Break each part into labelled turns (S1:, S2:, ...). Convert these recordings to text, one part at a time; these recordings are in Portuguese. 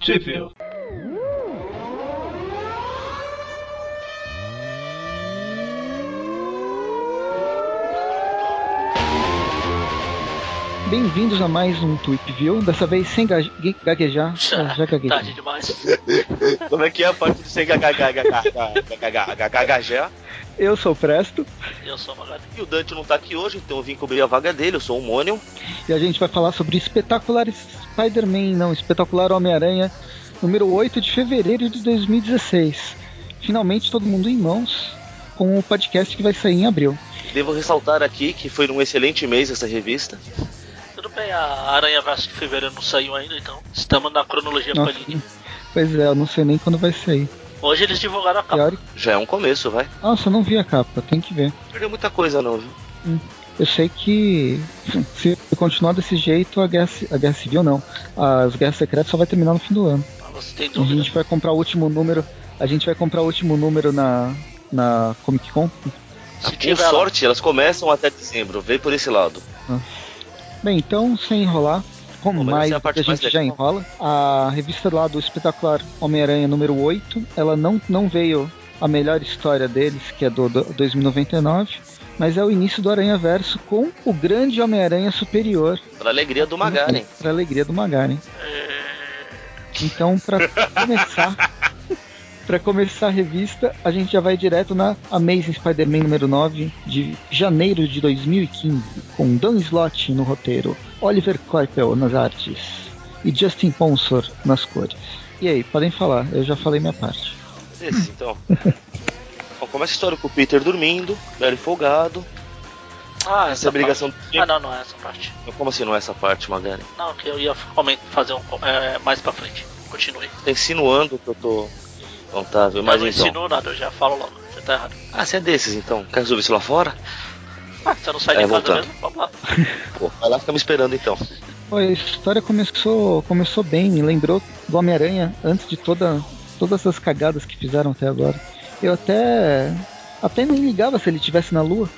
S1: Civil.
S2: Bem-vindos a mais um Tweep View, dessa vez sem ga- gue- gaguejar. Ah, já gaguejei.
S3: Tarde demais.
S4: Como é que é a parte de ser gagagagagagagagagagagá?
S2: Eu sou o Presto
S3: Eu sou Magado.
S4: E o Dante não tá aqui hoje, então eu vim cobrir a vaga dele, eu sou o Mônio.
S2: e a gente vai falar sobre espetacular Spider-Man, não, espetacular Homem-Aranha, número 8 de fevereiro de 2016. Finalmente todo mundo em mãos com o podcast que vai sair em abril.
S4: Devo ressaltar aqui que foi num excelente mês essa revista.
S3: Tudo bem, a Aranha Verso de Fevereiro não saiu ainda, então estamos na cronologia
S2: Nossa.
S3: Panini.
S2: Pois é, eu não sei nem quando vai sair.
S3: Hoje eles divulgaram a capa.
S2: Teori...
S4: Já é um começo, vai.
S2: Nossa, eu não vi a capa, tem que ver.
S4: Não perdeu muita coisa não, viu?
S2: Eu sei que se continuar desse jeito, a guerra, ci- a guerra civil não. As guerras secretas só vai terminar no fim do ano.
S3: Ah, Você tem
S2: A
S3: dúvida?
S2: gente vai comprar o último número. A gente vai comprar o último número na, na Comic Con.
S3: Se
S4: Ah, Com
S3: tiver lá,
S4: sorte, elas começam até dezembro, vem por esse lado.
S2: Bem, então, sem enrolar, como
S4: Bom, mas
S2: mais
S4: essa é a parte
S2: a gente
S4: mais
S2: já
S4: legal.
S2: enrola, a revista lá do espetacular Homem-Aranha número 8, ela não, não veio a melhor história deles, que é do, do 2099, mas é o início do Aranha Verso com o grande Homem-Aranha superior,
S4: Pra alegria do Magaren.
S2: para é alegria do Magaren. Então, para começar, para começar a revista, a gente já vai direto na Amazing Spider-Man número 9 de janeiro de 2015, com Dan Slott no roteiro, Oliver Coipel nas artes e Justin Ponsor nas cores. E aí, podem falar, eu já falei minha parte.
S4: Esse, então. Bom, começa a história com o Peter dormindo, Larry folgado,
S3: ah,
S4: essa
S3: essa
S4: obrigação
S3: parte. Ah, não, não é essa parte.
S4: Como assim não é essa parte, Magaren?
S3: Não, que eu ia comen- fazer um, co- é, mais pra frente. Continue.
S4: Tá insinuando que eu tô... Não tá, viu?
S3: Mas
S4: Mas
S3: não
S4: então...
S3: ensinou nada, eu já falo logo. Você tá errado.
S4: Ah, você é desses então? Quer resolver isso lá fora?
S3: Ah, você não sai
S4: É,
S3: de casa
S4: voltando.
S3: mesmo? Vamos lá.
S4: Pô, vai lá, fica me esperando então.
S2: Pô, a história começou, começou bem, me lembrou do Homem-Aranha antes de toda, todas as cagadas que fizeram até agora. Eu até até nem ligava se ele tivesse na lua.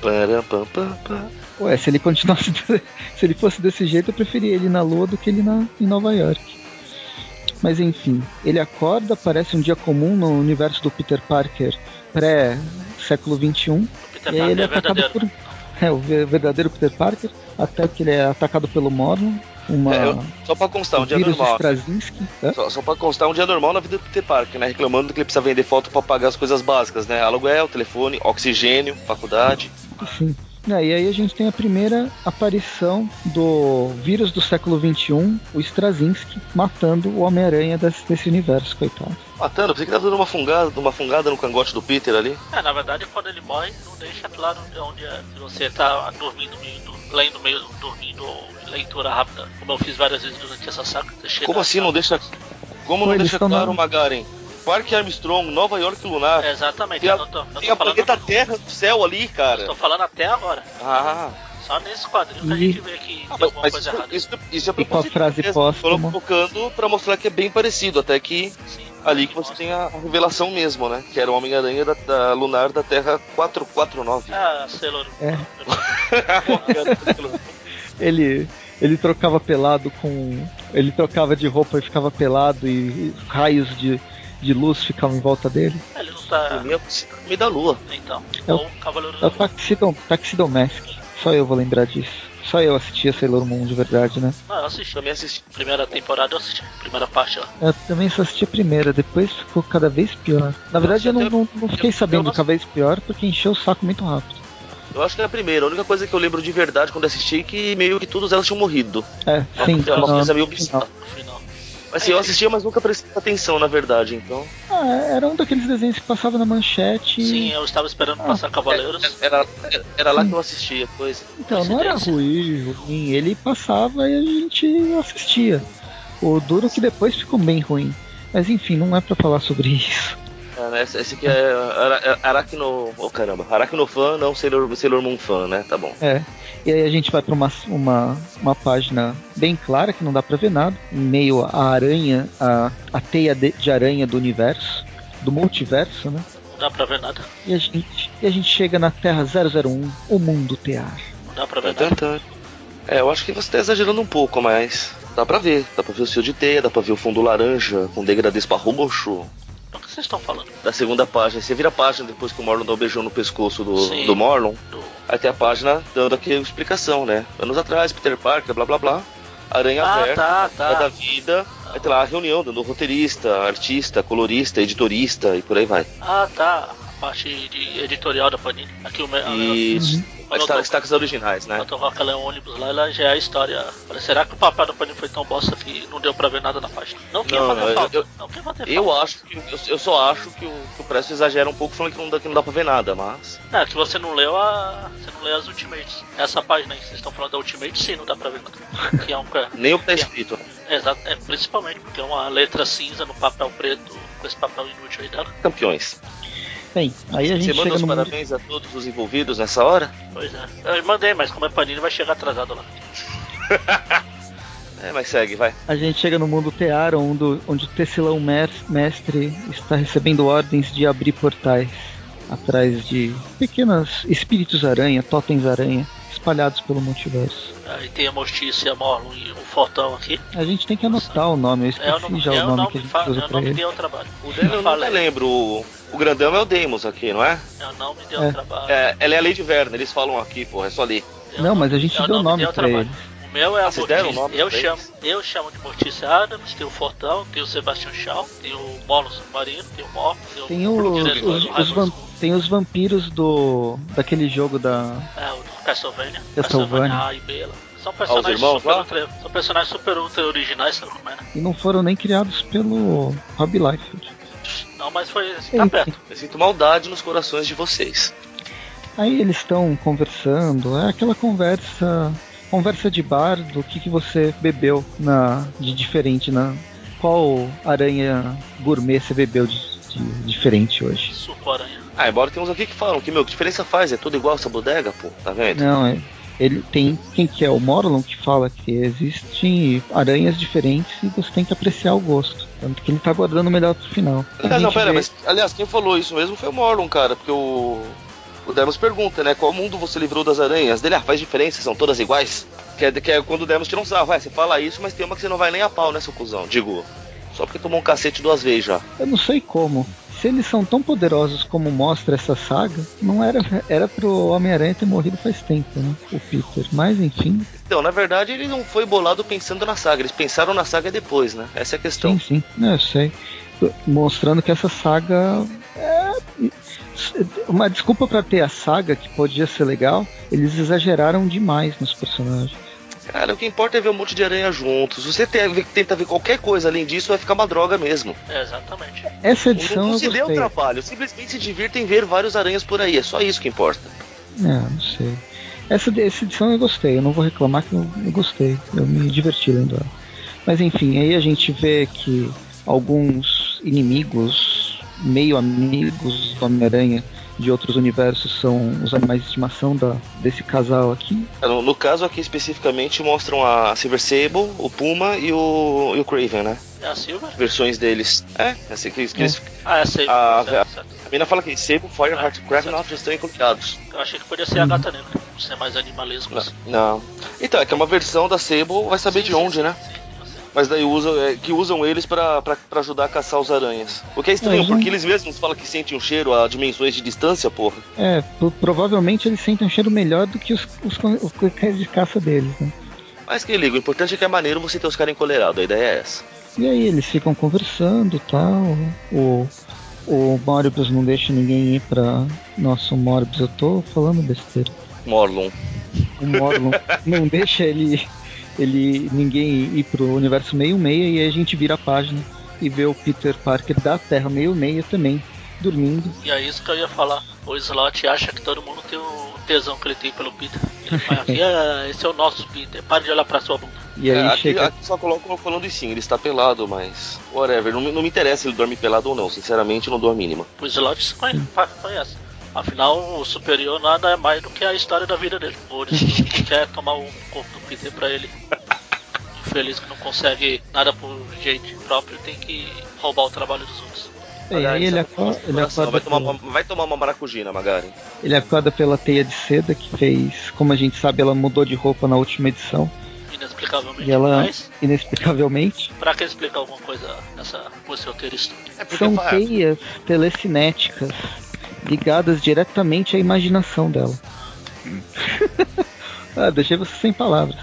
S4: Param, pam, pam, pam.
S2: Ué, se ele continuasse. se ele fosse desse jeito, eu preferia ele na lua do que ele na, em Nova York. Mas enfim, ele acorda, parece um dia comum no universo do Peter Parker pré-século XXI.
S3: O Peter
S2: E aí
S3: Parker
S2: ele é
S3: é
S2: atacado
S3: verdadeiro.
S2: por. É, o ver- verdadeiro Peter Parker, até que ele é atacado pelo Mormon, uma.
S4: É, eu- só pra constar, um
S2: um
S4: dia
S2: vírus é?
S4: normal.
S2: Straczynski. Hã?
S4: Só, só pra constar, um dia normal na vida do Peter Parker, né? Reclamando que ele precisa vender foto pra pagar as coisas básicas, né? Aluguel, telefone, oxigênio, faculdade.
S2: Sim. Né, E aí a gente tem a primeira aparição do vírus do século XXI, o Straczynski, matando o Homem-Aranha desse, desse universo, coitado.
S4: Matando, pensei que tava dando uma fungada, uma fungada no cangote do Peter ali.
S3: É, na verdade, quando ele morre, não deixa claro de onde é. Se você tá dormindo, meio do, lendo meio do- dormindo ou leitura rápida, como eu fiz várias vezes durante essa saca. Você chega
S4: Como assim não deixa. Como
S2: Pô,
S4: não
S2: eles
S4: deixa
S2: tão
S4: claro,
S2: na-
S4: Magaren? Parque Armstrong, Nova York Lunar.
S3: É, exatamente.
S4: Tem a,
S3: eu tô, eu
S4: tem
S3: tô
S4: a
S3: falando,
S4: planeta Terra do céu ali,
S3: eu
S4: cara.
S3: tô falando até agora.
S4: Ah,
S3: Só nesse quadrinho que a
S2: E-
S3: gente vê que tem
S4: ah, mas,
S3: alguma
S4: mas
S3: coisa
S4: isso,
S3: errada.
S4: isso, isso é
S2: E com a
S4: propósito
S2: frase
S4: mesmo.
S2: póstuma.
S4: Colocando pra mostrar que é bem parecido, até que
S3: Sim,
S4: Ali que você tem a a revelação mesmo, né? Que era o Homem-Aranha da, da Lunar da Terra 449.
S3: Ah, Sailor.
S2: É.
S3: É.
S2: Ele, ele trocava pelado com. Ele trocava de roupa e ficava pelado, e raios de, de luz ficavam em volta dele.
S3: Ele não tá.
S4: Ele é o meio da Lua.
S3: Então.
S2: É o-
S3: Ou o Cavaleiro
S2: É
S3: da
S2: o
S3: Lua.
S2: Taxidom, Taxidom Mask. Só eu vou lembrar disso. Só eu assistia Sailor Moon de verdade, né?
S3: Não, eu assisti.
S4: Também assisti.
S3: A primeira temporada eu assisti. A primeira parte lá.
S2: Eu também só assisti a primeira, depois ficou cada vez pior. Na verdade, eu não, não- não fiquei sabendo cada vez pior porque encheu o saco muito rápido.
S4: Eu acho que era a primeira. A única coisa que eu lembro de verdade quando assisti é que meio que todos elas tinham morrido.
S2: É, sim.
S4: Era uma
S2: não,
S4: coisa meio
S2: não.
S4: bizarra.
S3: No final.
S4: Mas assim, eu assistia, mas nunca prestei atenção, na verdade, então.
S2: Ah, era um daqueles desenhos que passava na manchete.
S3: Sim, eu estava esperando
S2: Ah.
S3: passar Cavaleiros.
S4: Era, era- era lá que eu assistia, pois.
S2: Então, não era ruim, ruim. Ele passava e a gente assistia. O duro é que depois ficou bem ruim. Mas enfim, não é pra falar sobre isso.
S4: É, né? Esse, esse aqui é ara, é Aracno. Oh caramba, Aracnofan, não Sailor, Sailor Moon fã, né? Tá bom.
S2: É. E aí a gente vai pra uma, uma, uma página bem clara que não dá pra ver nada. Em meio à aranha, a, a teia de, de aranha do universo, do multiverso, né?
S3: Não dá pra ver nada.
S2: E a gente, e a gente chega na Terra 001, o mundo tear.
S3: Não dá pra ver nada.
S4: Então? Tan, tan. É, eu acho que você tá exagerando um tá pouco, mas. Dá pra ver, dá pra ver o seu de teia, dá pra ver o fundo laranja com degradês pra roxo.
S3: Do que vocês estão falando?
S4: Da segunda página, você vira a página depois que o Morlon dá um beijão no pescoço do,
S3: Sim.
S4: do Morlon,
S3: Do...
S4: aí tem a página dando aqui a explicação, né? Anos atrás, Peter Parker, blá blá blá, Aranha
S3: Ah,
S4: Verso,
S3: tá,
S4: da
S3: tá.
S4: vida, aí tem lá a reunião dando roteirista, artista, colorista, editorista e por aí vai.
S3: Ah, tá. A parte de editorial da Panini. Aqui o meu.
S4: E
S3: Uhum.
S4: as ta- as tá, destaques originais,
S2: É.
S3: Né?
S4: né?
S3: aquela ônibus lá, ela já é a história. Falei, será que o papel da Panini foi tão bosta que não deu pra ver nada na página? Não quer
S4: Não,
S3: fazer
S4: eu-
S3: falta.
S4: eu-
S3: não quer fazer
S4: Eu
S3: falta.
S4: acho que eu, eu só acho que o, que o preço exagera um pouco falando que não dá, que não dá pra ver nada, mas.
S3: É, que você não leu a. Você não leu as Ultimates. Essa página aí que vocês estão falando da Ultimate, sim, não dá pra ver nada. que é um. ca-
S4: Nem o que tá escrito.
S3: É, Exato, é, principalmente porque é uma letra cinza no papel preto, com esse papel inútil aí dela.
S4: Campeões.
S2: Bem, aí a
S4: Você
S2: gente
S4: manda
S2: chega
S4: os
S2: no mundo
S4: parabéns a todos os envolvidos nessa hora?
S3: Pois é. Eu mandei, mas como é Panini, vai chegar atrasado lá.
S4: É, mas segue, vai.
S2: A gente chega no mundo Tear, onde, onde o Tecilão mer- Mestre está recebendo ordens de abrir portais atrás de pequenos espíritos aranha, totens aranha, espalhados pelo multiverso.
S3: Aí tem a Mostiça, a Morlun e o Fortão aqui.
S2: A gente tem que anotar o nome, eu
S3: É o
S2: esqueci
S3: nome,
S2: já
S3: é
S2: o
S3: o
S2: nome que a
S3: nome,
S2: gente
S3: fa- é
S2: usa
S3: o
S2: pra
S3: nome que
S2: ele.
S3: deu o trabalho.
S4: O Demo eu nunca
S3: Falei.
S4: lembro. O, o grandão é o Demos aqui, não é?
S3: É o nome deu
S2: É.
S3: trabalho.
S4: é? Ela é a Lady Verna, eles falam aqui, porra, é só ler.
S3: Eu
S2: Não, mas a gente
S3: eu
S2: deu nome
S3: dei o
S2: pra
S3: trabalho. O meu é
S4: Ah,
S3: a
S4: vocês deram
S3: Mortícia.
S4: o nome
S3: eu,
S4: pra
S3: chamo,
S4: eles?
S3: eu chamo de Mortícia Adams, tem o Fortão, tem o Sebastião Shaw, tem o Molo Submarino, tem o Mor,
S2: Tem,
S3: é o
S2: o-
S3: Bruno
S2: os,
S3: Diretor do
S2: os
S3: Raimundo.
S2: van- tem os vampiros do daquele jogo da.
S3: É, o do Castlevania.
S2: Castlevania.
S3: A e B lá. São personagens,
S4: Ah, irmãos
S3: super
S4: lá?
S3: ultra, são personagens super ultra originais, sabe como é, né?
S2: E não foram nem criados pelo Rob Liefeld.
S3: Não, mas foi assim, tá
S2: Enfim.
S3: perto.
S4: Eu sinto maldade nos corações de vocês.
S2: Aí eles estão conversando, é aquela conversa, conversa de bar do que, que você bebeu na de diferente na qual aranha gourmet você bebeu de, de diferente hoje.
S3: Suco aranha.
S4: Ah, embora tem uns aqui que falam que, meu, que diferença faz? É tudo igual essa bodega, pô, tá vendo?
S2: Não, é, ele tem quem que é o Morlon que fala que existem aranhas diferentes e você tem que apreciar o gosto. Tanto que ele tá guardando o melhor pro final. A
S4: Ah, não,
S2: gente
S4: pera,
S2: vê-
S4: mas aliás, quem falou isso mesmo foi o Morlon, cara, porque o. O Demos pergunta, né? Qual mundo você livrou das aranhas? Dele, ah, faz diferença, são todas iguais. Que é, que é quando o Demos tira um sarro, vai, você fala isso, mas tem uma que você não vai nem a pau, né, seu cuzão? Digo, só porque tomou um cacete duas vezes já.
S2: Eu não sei como. Se eles são tão poderosos como mostra essa saga, não era era pro Homem-Aranha ter morrido faz tempo, né? O Peter. Mas enfim,
S4: Então, na verdade, ele não foi bolado pensando na saga, eles pensaram na saga depois, né? Essa é a questão.
S2: sim, sim. Não, eu sei. Mostrando que essa saga é uma desculpa pra ter a saga que podia ser legal. Eles exageraram demais nos personagens.
S4: Cara, o que importa é ver um monte de aranha juntos. Se você te- tenta ver qualquer coisa além disso, vai ficar uma droga mesmo.
S3: É, exatamente.
S2: Essa
S4: Não,
S2: edição
S4: não
S2: eu
S4: se dê o
S2: gostei.
S4: trabalho, simplesmente se divirta em ver vários aranhas por aí, é só isso que importa.
S2: É, Não, não sei. Essa, essa edição eu gostei, eu não vou reclamar que eu, eu gostei, eu me diverti lendo ela. Mas enfim, aí a gente vê que alguns inimigos, meio amigos do Homem-Aranha de outros universos são os animais de estimação da, desse casal aqui.
S4: É, No, no caso aqui especificamente mostram a Silver Sable, o Puma e o, e o Craven, né?
S3: É a Silva?
S4: Versões deles. É, assim que, que eles-
S3: Ah, é a Silva.
S4: Ah,
S3: certo, certo.
S4: a mina fala que Sable, Fireheart e Craven já estão encontrados.
S3: Eu achei que podia ser a gata negra, por ser mais animalesco.
S4: Não,
S3: assim.
S4: não. Então, é que é uma versão da Sable, vai saber
S3: Sim,
S4: de
S3: sim,
S4: onde,
S3: sim,
S4: né?
S3: sim, sim.
S4: Mas daí usam, é, que usam eles pra, pra, pra ajudar a caçar os aranhas. O que é estranho,
S2: É, gente.
S4: porque eles mesmos falam que sentem um cheiro a dimensões de distância, porra.
S2: É, pro- provavelmente eles sentem um cheiro melhor do que os, os, co- os cães de caça deles, né?
S4: Mas que liga, o importante é que é maneiro você ter os caras encolerados, a ideia é essa.
S2: E aí eles ficam conversando tal. O, o Morbius não deixa ninguém ir pra. Nossa, o Morbius, eu tô falando besteira.
S4: Morlon.
S2: O Morlon não deixa ele, ele ninguém ir pro universo 66 e aí a gente vira a página e vê o Peter Parker da Terra 66 também, dormindo.
S3: E é isso que eu ia falar. O Slot acha que todo mundo tem o tesão que ele tem pelo Peter. Ele fala assim, ah, esse é o nosso Peter, para de olhar pra sua bunda.
S2: E aí
S4: É, aqui,
S2: chega.
S4: aqui só colocam falando sim, ele está pelado, mas. Whatever, não, me- não me interessa se ele dorme pelado ou não, sinceramente não dou a mínima.
S3: O Slot se conhe- fa- conhece. Afinal, o superior nada é mais do que a história da vida dele. Por isso não quer tomar o corpo do Peter pra ele. Infeliz que não consegue nada por jeito próprio, tem que roubar o trabalho dos outros.
S2: e aí é,
S4: é
S2: ele acorda, ele
S4: Coração,
S2: acorda
S4: vai, tomar
S2: pela-
S4: uma, vai tomar uma maracujina, Magari.
S2: ele acorda pela teia de seda que fez, como a gente sabe, ela mudou de roupa na última edição.
S3: inexplicavelmente.
S2: E ela,
S3: Mas,
S2: inexplicavelmente,
S3: pra que explicar alguma coisa nessa, com esse roteiro estúpido?
S1: É porque
S2: são
S1: fa-
S2: teias telecinéticas ligadas diretamente à imaginação dela.
S1: Hum.
S2: ah, deixei você sem palavras.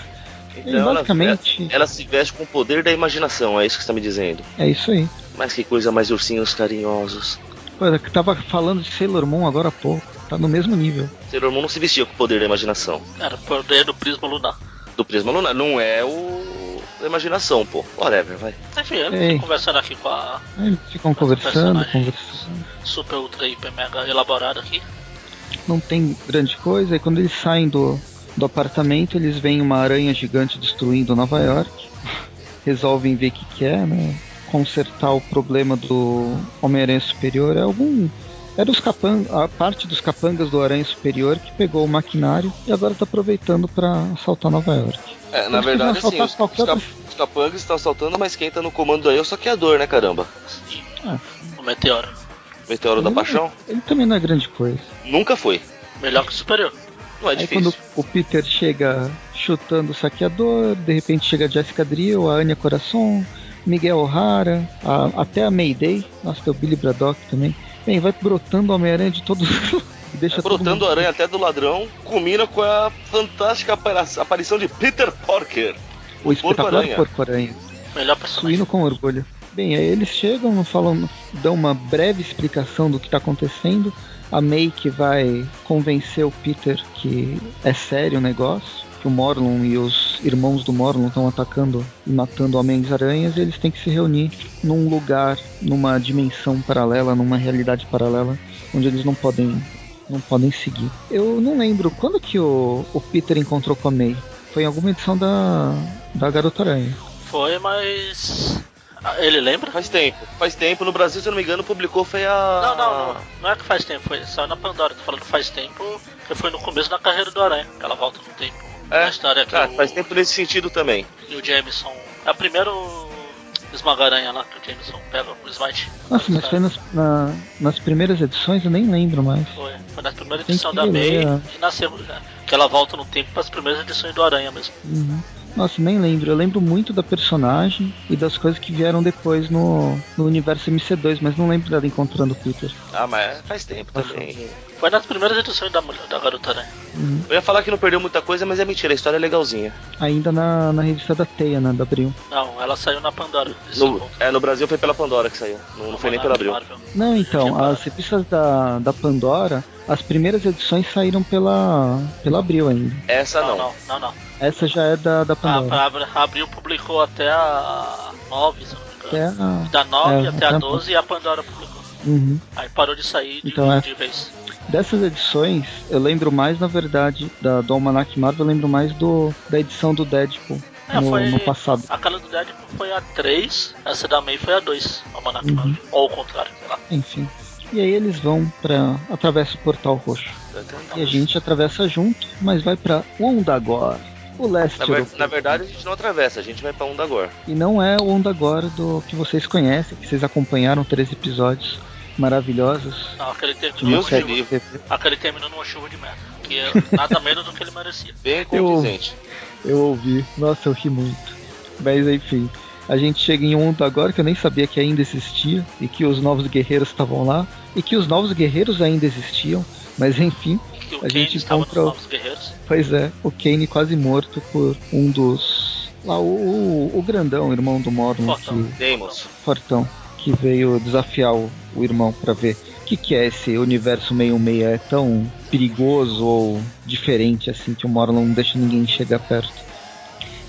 S4: Então ela-
S2: basicamente,
S4: Ela se veste com o poder da imaginação, é isso que você tá me dizendo.
S2: é isso aí.
S4: Mas que coisa mais ursinhos carinhosos.
S2: Pô, eu tava falando de Sailor Moon agora há pouco. Tá no mesmo nível.
S4: Sailor Moon não se vestia com o poder da imaginação.
S3: Era o poder do prisma lunar.
S4: Do Prisma Lunar, não é o. da imaginação, pô. Whatever, vai.
S3: Enfim, eu
S2: Ei.
S3: tô conversando aqui com a
S2: Aí eles ficam conversando, conversando.
S3: super ultra hiper mega elaborada aqui.
S2: Não tem grande coisa. E quando eles saem do, do apartamento, eles veem uma aranha gigante destruindo Nova York. Resolvem ver o que, que é, né? Consertar o problema do Homem-Aranha Superior. É algum. Era os capan a parte dos capangas do Aranha Superior que pegou o maquinário e agora tá aproveitando pra assaltar Nova York.
S4: É, na
S2: Eles
S4: verdade,
S2: podiam
S4: assim, os,
S2: assaltar
S4: os,
S2: qualquer
S4: cap- os capangas estão assaltando, mas quem tá no comando aí é o saqueador, né, caramba?
S3: Sim.
S2: Ah.
S3: O meteoro.
S4: Meteoro da
S2: Ele-
S4: Paixão?
S2: Ele também não é grande coisa.
S4: Nunca foi.
S3: Melhor que o superior.
S4: Não é
S2: Aí
S4: difícil.
S2: quando o Peter chega chutando o saqueador, de repente chega a Jessica Drill, a Anya Coração, Miguel O'Hara, a- até a Mayday, nossa, tem o Billy Braddock também. Bem, vai brotando o Homem-Aranha de todos os e deixa
S4: É,
S2: todo
S4: brotando
S2: mundo-
S4: aranha até do ladrão, combina com a fantástica apara- aparição de Peter Parker.
S2: o espetacular
S4: Porco-Aranha.
S2: Porco-Aranha,
S3: Melhor personagem.
S2: suíno com orgulho. Bem, aí eles chegam, falam, dão uma breve explicação do que tá acontecendo. A May que vai convencer o Peter que é sério o negócio, que o Morlun e os irmãos do Morlun estão atacando e matando Homens-Aranhas, e eles têm que se reunir num lugar, numa dimensão paralela, numa realidade paralela, onde eles não podem não podem seguir. Eu não lembro quando que o, o Peter encontrou com a May. Foi em alguma edição da, da Garota Aranha.
S3: Foi, mas. Ah, Ele lembra?
S4: Faz tempo. Faz tempo. No Brasil, se eu não me engano, publicou foi a.
S3: Não,
S4: Ah.
S3: não, não. Não é que faz tempo, foi só na Pandora. Tô falando faz tempo, que foi no começo da carreira do Aranha. que Ela volta no tempo.
S4: É.
S3: Na história que
S4: Ah,
S3: o,
S4: faz tempo nesse sentido também.
S3: e o Jameson. É o primeiro esmagaranha lá que o Jameson pega o Smite.
S2: Nossa, mas foi nas, na- nas primeiras edições, eu nem lembro mais.
S3: Foi, foi na primeira
S2: Tem
S3: edição
S2: que
S3: da May
S2: ler, né?
S3: e na segunda. Que ela volta no tempo para as primeiras edições do Aranha mesmo.
S2: Uhum. Nossa, nem lembro. Eu lembro muito da personagem e das coisas que vieram depois no, no universo MC2, mas não lembro dela encontrando o Peter.
S4: Ah, mas faz tempo também.
S3: Foi nas primeiras edições da, mulher- da Garota Aranha.
S2: Uhum.
S4: Eu ia falar que não perdeu muita coisa, mas é mentira, a história é legalzinha.
S2: Ainda na, na revista da Teia, né, da Abril.
S3: Não, ela saiu na Pandora. esse
S4: No,
S3: ponto.
S4: é, no Brasil foi pela Pandora que saiu. Não, não foi nem pela Abril.
S3: Marvel.
S2: Não, então,
S3: Tinha
S2: as revistas da, da Pandora, as primeiras edições saíram pela, pela Abril ainda.
S4: Essa
S3: Não,
S4: Ah, não.
S3: não, não, não.
S2: Essa já é da, da
S3: A,
S2: Pandora.
S3: a Abra- a Abril publicou até a 9, se eu não me engano.
S2: Até a-
S3: Da 9
S2: É,
S3: até a
S2: até a
S3: 12 e a Pandora publicou.
S2: Uhum.
S3: Aí parou de sair de,
S2: Então é.
S3: de vez.
S2: Dessas edições, eu lembro mais, na verdade, da, do Almanac Marvel, eu lembro mais do, da edição do Deadpool
S3: É,
S2: no,
S3: foi-
S2: no passado.
S3: Aquela do Deadpool foi a 3, essa da May foi a 2, a Manac
S2: Uhum.
S3: Marvel. Ou o contrário, sei lá.
S2: Enfim. E aí eles vão para atravessa o portal roxo. E a gente atravessa junto, mas vai pra Ondagor, o leste
S4: Na, ver-
S2: europeu.
S4: na verdade, a gente não atravessa, a gente vai pra Undagor.
S2: E não é o Ondagor do que vocês conhecem, que vocês acompanharam três episódios maravilhosos
S3: Não, aquele
S2: de
S3: terminou
S2: uma
S4: Deus
S3: numa
S4: que
S2: série
S3: chuva.
S2: de
S4: livre.
S2: TV.
S3: Aquele terminou numa chuva de merda. Que é nada menos do que ele merecia.
S4: Bem condizente.
S2: Eu ouvi, nossa, eu ri muito. Mas enfim, a gente chega em Ondagor, que eu nem sabia que ainda existia, e que os novos guerreiros estavam lá, e que os novos guerreiros ainda existiam, mas enfim,
S3: E que o
S2: A
S3: Kane
S2: gente
S3: estava
S2: encontrou-
S3: nos Novos Guerreiros.
S2: Pois é, o Kane quase morto por um dos. Lá, o, o, o grandão, irmão do Mormon,
S3: Fortão.
S2: que,
S4: Demos.
S2: fortão, que veio desafiar o, o irmão pra ver o que, que é esse universo 66 é tão perigoso ou diferente assim que o Morlon não deixa ninguém chegar perto.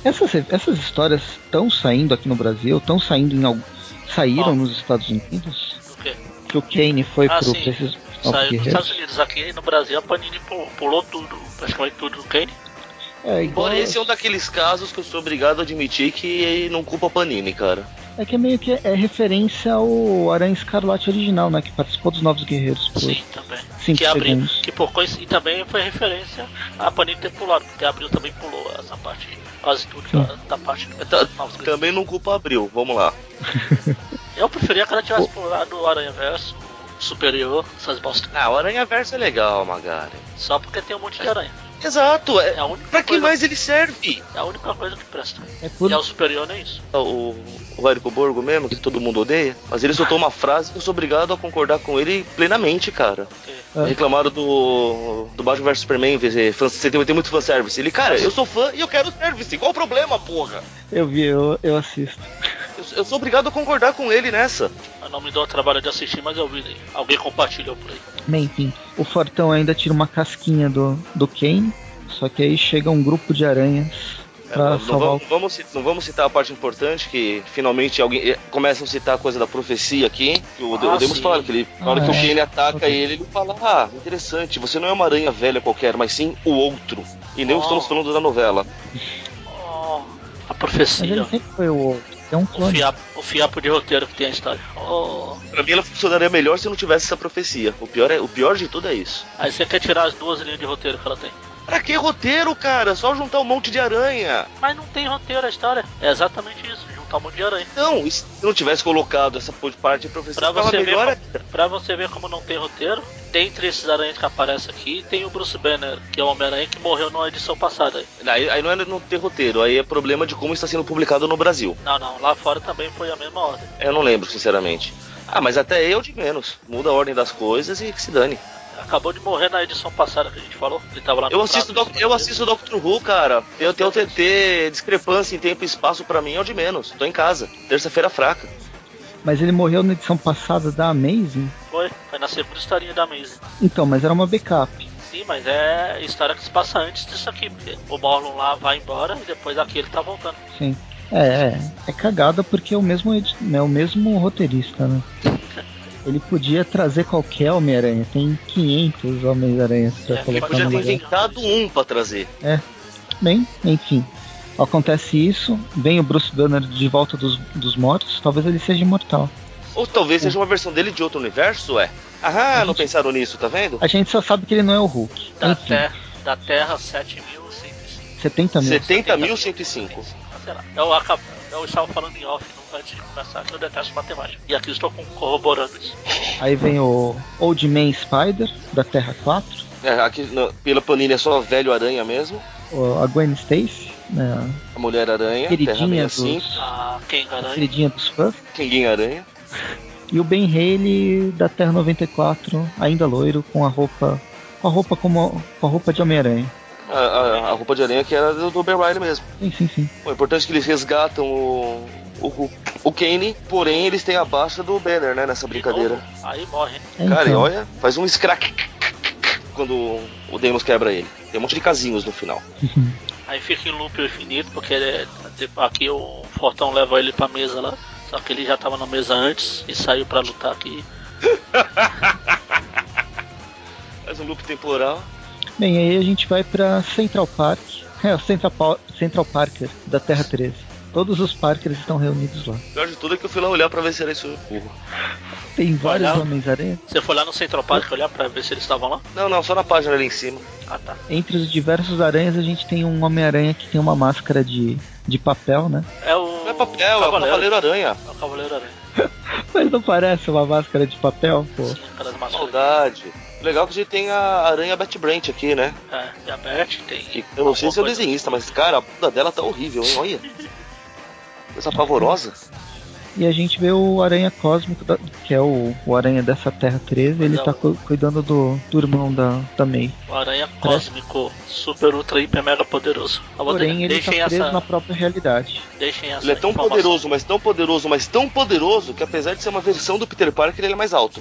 S2: Essas, re- essas histórias estão saindo aqui no Brasil, estão saindo em algum. Saíram
S3: Ó.
S2: nos Estados Unidos?
S3: Do quê?
S2: Que o Kane foi
S3: Ah,
S2: pro.
S3: sim.
S2: pra esses novos
S3: Saiu dos Estados
S2: guerreiros?
S3: Unidos. Aqui no Brasil a Panini pu- pulou tudo, praticamente tudo do Kane.
S2: É, igual-
S4: Embora esse é um daqueles casos que eu sou obrigado a admitir que não culpa a Panini, cara.
S2: É que é meio que é referência ao Aranha Escarlate original, né? Que participou dos Novos Guerreiros por
S3: Sim, também.
S2: 5
S3: que abriu,
S2: segundos.
S3: que por coinc... e também foi referência a Panini ter pulado, porque a Abril também pulou essa parte, quase tudo
S2: Sim.
S3: da, da parte do
S4: Tá-
S3: Metal Novos Guerreiros.
S4: Também não culpa a Abril, vamos lá.
S3: Eu preferia que ela tivesse pulado o Aranha Verso, o Superior, essas bosta,
S4: Ah, o Aranha Verso é legal, Magari.
S3: só porque tem um monte de aranha.
S4: Exato. É,
S3: É a única
S4: pra que
S3: coisa-
S4: mais ele serve?
S3: É a única coisa que presta.
S2: É por-
S3: E ao superior é isso.
S4: O, o Érico Borgo mesmo, que todo mundo odeia, mas ele soltou uma frase que eu sou obrigado a concordar com ele plenamente, cara.
S3: Porque
S2: Ah.
S4: Reclamaram do, do Batman vs Superman, quer dizer, fan- você tem, tem muito fanservice. Ele, cara, eu sou fã e eu quero service, qual o problema, porra?
S2: Eu vi, eu, eu assisto.
S4: Eu, eu sou obrigado a concordar com ele nessa.
S3: eu não me dou o trabalho de assistir, mas eu vi. né? Alguém compartilhou por aí.
S2: Bem, enfim, o Fortão ainda tira uma casquinha do, do Kane, só que aí chega um grupo de aranhas
S4: É,
S2: pra
S4: não, não
S2: salvar o...
S4: vamos, não vamos ci- não vamos citar a parte importante que finalmente alguém eh, começam a citar a coisa da profecia aqui. Que o,
S3: Ah,
S4: ah, o Demos
S3: sim.
S4: fala que ele, na hora
S2: Ah,
S4: que o
S2: é.
S4: Kane ataca
S2: Ok.
S4: ele, ele fala: Ah, interessante, você não é uma aranha velha qualquer, mas sim o outro. E nem
S3: Oh.
S4: estamos falando da novela.
S3: Oh, a
S2: Mas ele
S3: profecia.
S2: sempre foi o outro, é um
S3: O
S2: clone.
S3: fiapo, o fiapo de roteiro que tem a história. Oh,
S4: Pra mim ela funcionaria melhor se não tivesse essa profecia. O pior, é, o pior de tudo é isso.
S3: aí você quer tirar as duas linhas de roteiro que ela tem.
S4: Pra que roteiro, cara? Só juntar um monte de aranha.
S3: Mas não tem roteiro a história. É exatamente isso, juntar um monte de aranha.
S4: Não, e se não tivesse colocado essa po- parte de profecia,
S3: Pra
S4: tava
S3: você, ver
S4: melhor.
S3: como, pra você ver como não tem roteiro, dentre esses aranhas que aparecem aqui, tem o Bruce Banner, que é o Homem-Aranha que morreu na edição passada. aí.
S4: Aí, aí não é não ter roteiro, aí é problema de como está sendo publicado no Brasil.
S3: Não, não, lá fora também foi a mesma ordem.
S4: Eu não lembro, sinceramente. Ah, mas até eu de menos. Muda a ordem das coisas e que se dane.
S3: Acabou de morrer na edição passada que a gente falou. Ele tava lá no
S4: Eu assisto,
S3: prato,
S4: Doc- eu assisto Doctor Who, cara. Eu tenho TT, discrepância em tempo e espaço pra mim é o de menos. Tô em casa. Terça-feira fraca.
S2: Mas ele morreu na edição passada da Amazing?
S3: Foi, foi na segunda historinha da mesa.
S2: Então, mas era uma backup.
S3: Sim, mas é história que se passa antes disso aqui. porque O Morlun lá vai embora e depois aqui ele tá voltando.
S2: Sim. É, é, é cagada porque é o mesmo, edi- né, o mesmo roteirista, né? Ele podia trazer qualquer Homem-Aranha. Tem 500 Homens-Aranhas pra
S3: É, ele
S4: Ele
S2: colocar
S4: podia
S2: no
S3: Trabalhar.
S4: ter
S2: lugar.
S4: inventado um pra trazer.
S2: Bem, enfim. Acontece isso, vem o Bruce Banner de volta dos, dos mortos, talvez ele seja imortal.
S4: Ou talvez seja uma versão dele de outro universo, é.
S2: Uhum.
S4: Aham, não pensaram nisso, tá vendo?
S2: A gente só sabe que ele não é o Hulk.
S4: Tá
S3: Da,
S2: enfim,
S3: terra, da Terra 7105.
S2: 70 mil.
S4: 70.105.
S3: Sei lá. é Eu, acabo, eu estava falando em off não, antes de começar que eu detesto matemática. E aqui estou com- corroborando isso.
S2: Aí vem o Old Man Spider, da Terra 4,
S4: É, aqui na- pela Panini é só velho aranha mesmo.
S2: o- a Gwen Stacy, né,
S4: A Mulher Aranha,
S2: a
S4: Terra
S2: queridinha,
S4: 65,
S2: dos,
S3: Ah, quem
S2: a
S3: garante?
S2: queridinha dos fãs.
S4: Kinguinho Aranha.
S2: E o Ben Haley da Terra 94, ainda loiro, com a roupa. Com a roupa como. Com a roupa de Homem-Aranha.
S4: A, a- a roupa de aranha que era do, do Ben Reilly mesmo.
S2: Sim, sim, sim.
S4: O importante é que eles resgatam o, o, o Kane, porém eles têm a baixa do Banner, né, nessa brincadeira.
S3: De novo? Aí morre. hein?
S2: É,
S4: Cara, e
S2: então,
S4: olha, faz um scrack quando o Demos quebra ele. Tem um monte de casinhos no final.
S3: Aí fica em loop infinito, porque ele é- tipo, aqui o Fortão leva ele pra mesa lá. Só que ele já tava na mesa antes e saiu pra lutar aqui.
S4: Faz um loop temporal.
S2: Bem, aí a gente vai pra Central Park. É, o Central, Pa- Central Parker da Terra 13. Todos os Parkers estão reunidos lá.
S4: O pior de tudo é que eu fui lá olhar pra ver se era isso burro.
S2: Tem vários
S3: Olha.
S2: Homens-Aranha.
S3: Você foi lá no Central Park olhar pra ver se eles estavam lá?
S4: Não, não, só na página ali em cima.
S3: Ah tá.
S2: Entre os diversos aranhas, a gente tem um Homem-Aranha que tem uma máscara de, de papel, né?
S3: É o.
S4: Não é papel, é o Cavaleiro Aranha.
S3: É o Cavaleiro Aranha.
S2: Mas não parece uma máscara de papel, pô.
S3: Sim, aquelas máscaras.
S4: Maldade. Legal é que a gente tem a aranha Bat Brant aqui, né?
S3: É, e a Beth tem.
S4: Que eu não sei se é o
S3: alguma coisa.
S4: desenhista, mas cara, a bunda dela tá horrível, hein? Olha. Coisa pavorosa.
S2: E a gente vê o Aranha Cósmico, da- que é o, o Aranha dessa Terra 13, ele tá cu- cuidando do, do irmão da, da May.
S3: O Aranha Cósmico, super, ultra, hiper, mega poderoso. Eu vou
S2: Porém,
S3: de-
S2: ele tá
S3: deixem
S2: preso
S3: essa.
S2: na própria realidade.
S3: Deixem essa.
S4: Ele é tão
S3: informação.
S4: poderoso, mas tão poderoso, mas tão poderoso que apesar de ser uma versão do Peter Parker, ele é mais alto.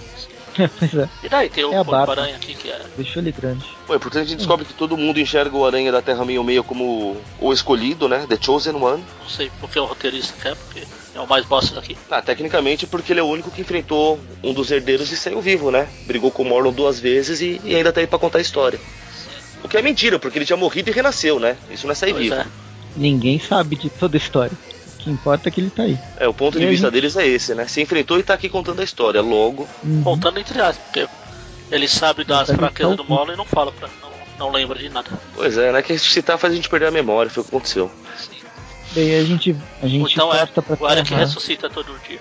S2: pois é,
S3: E daí tem o
S2: É a
S3: Corpo
S2: Bárbara.
S3: Aranha aqui que é.
S2: deixou ele grande.
S4: Pô, é portanto a gente descobre que todo mundo enxerga o Aranha da Terra meio meio como o escolhido, né? The Chosen One.
S3: Não sei porque o roteirista quer, porque é o mais bosta daqui.
S4: Ah, tecnicamente porque ele é o único que enfrentou um dos herdeiros e saiu vivo, né? Brigou com o Morlon duas vezes e, e ainda tá aí pra contar a história. O que é mentira, porque ele tinha morrido e renasceu, né? Isso não é sair
S3: Pois
S4: vivo.
S3: é.
S4: É.
S2: Ninguém sabe de toda a história. O que importa é que ele tá aí.
S4: o ponto de
S2: E a
S4: vista
S2: gente-
S4: deles é esse, né? Se enfrentou e tá aqui contando a história. Logo,
S2: Uhum.
S3: Contando entre aspas, porque ele sabe das
S2: Ele tá
S3: fraquezas do
S2: tão-
S3: Molo e não fala pra. Não, não lembra de nada.
S4: pois é, né? Que ressuscitar faz a gente perder a memória, foi o que aconteceu.
S3: Sim.
S2: Daí a gente, a gente
S3: Então é
S2: corta pra né?
S3: o Aranha que
S2: terra.
S3: ressuscita todo dia.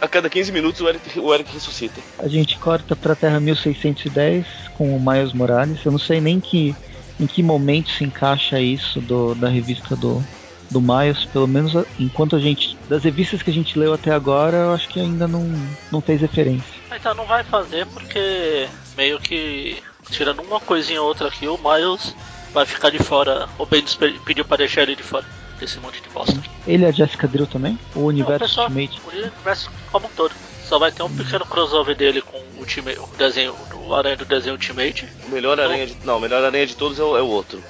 S4: A cada 15 minutos o Eric, o Eric ressuscita.
S2: A gente corta pra Terra 1610 com o Miles Morales. Eu não sei nem que, em que momento se encaixa isso do, da revista do, do Miles, pelo menos a- enquanto a gente. Das revistas que a gente leu até agora, eu acho que ainda não, não fez referência.
S3: Então não vai fazer porque meio que tirando uma coisinha ou outra aqui, o Miles vai ficar de fora. O Bendis pe- pediu pra deixar ele de fora desse monte de bosta.
S2: Ele e a Jessica Drill também? O
S3: Não, o
S2: Universo
S3: pessoal,
S2: Ultimate?
S3: o universo como um todo. Só vai ter um pequeno crossover dele com o, Ultimate, o desenho, o aranha do desenho Ultimate.
S4: O melhor aranha de. Não, o melhor aranha de todos é o, é o outro.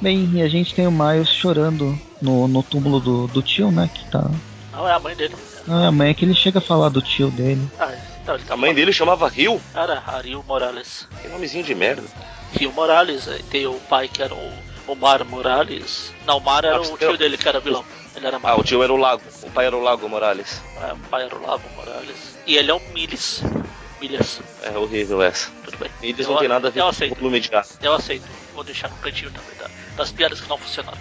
S2: Bem, e a gente tem o Miles chorando no, no túmulo do, do tio, né? Que tá.
S3: Não é a mãe dele.
S2: Ah, amanhã que ele chega a falar do tio dele.
S3: Ah, então ele tá
S4: A mãe dele chamava Rio?
S3: Cara, Ariel Morales.
S4: Que nomezinho de merda.
S3: Rio Morales, aí tem o pai que era o Omar Morales. Não, o Omar era
S4: Ah,
S3: o
S4: você
S3: tio
S4: tem-
S3: dele que era vilão. Ele era
S4: Ah,
S3: mal.
S4: o tio era o Lago. O pai era o Lago Morales.
S3: É, o pai era o Lavo Morales. E ele é um Miles. Miles,
S4: É horrível essa.
S3: tudo bem.
S4: E eles
S3: Eu-
S4: não tem nada a ver
S3: Eu
S4: com o
S3: aceito,
S4: volume de ar.
S3: eu aceito. Vou deixar no cantinho também da, das piadas que não funcionaram.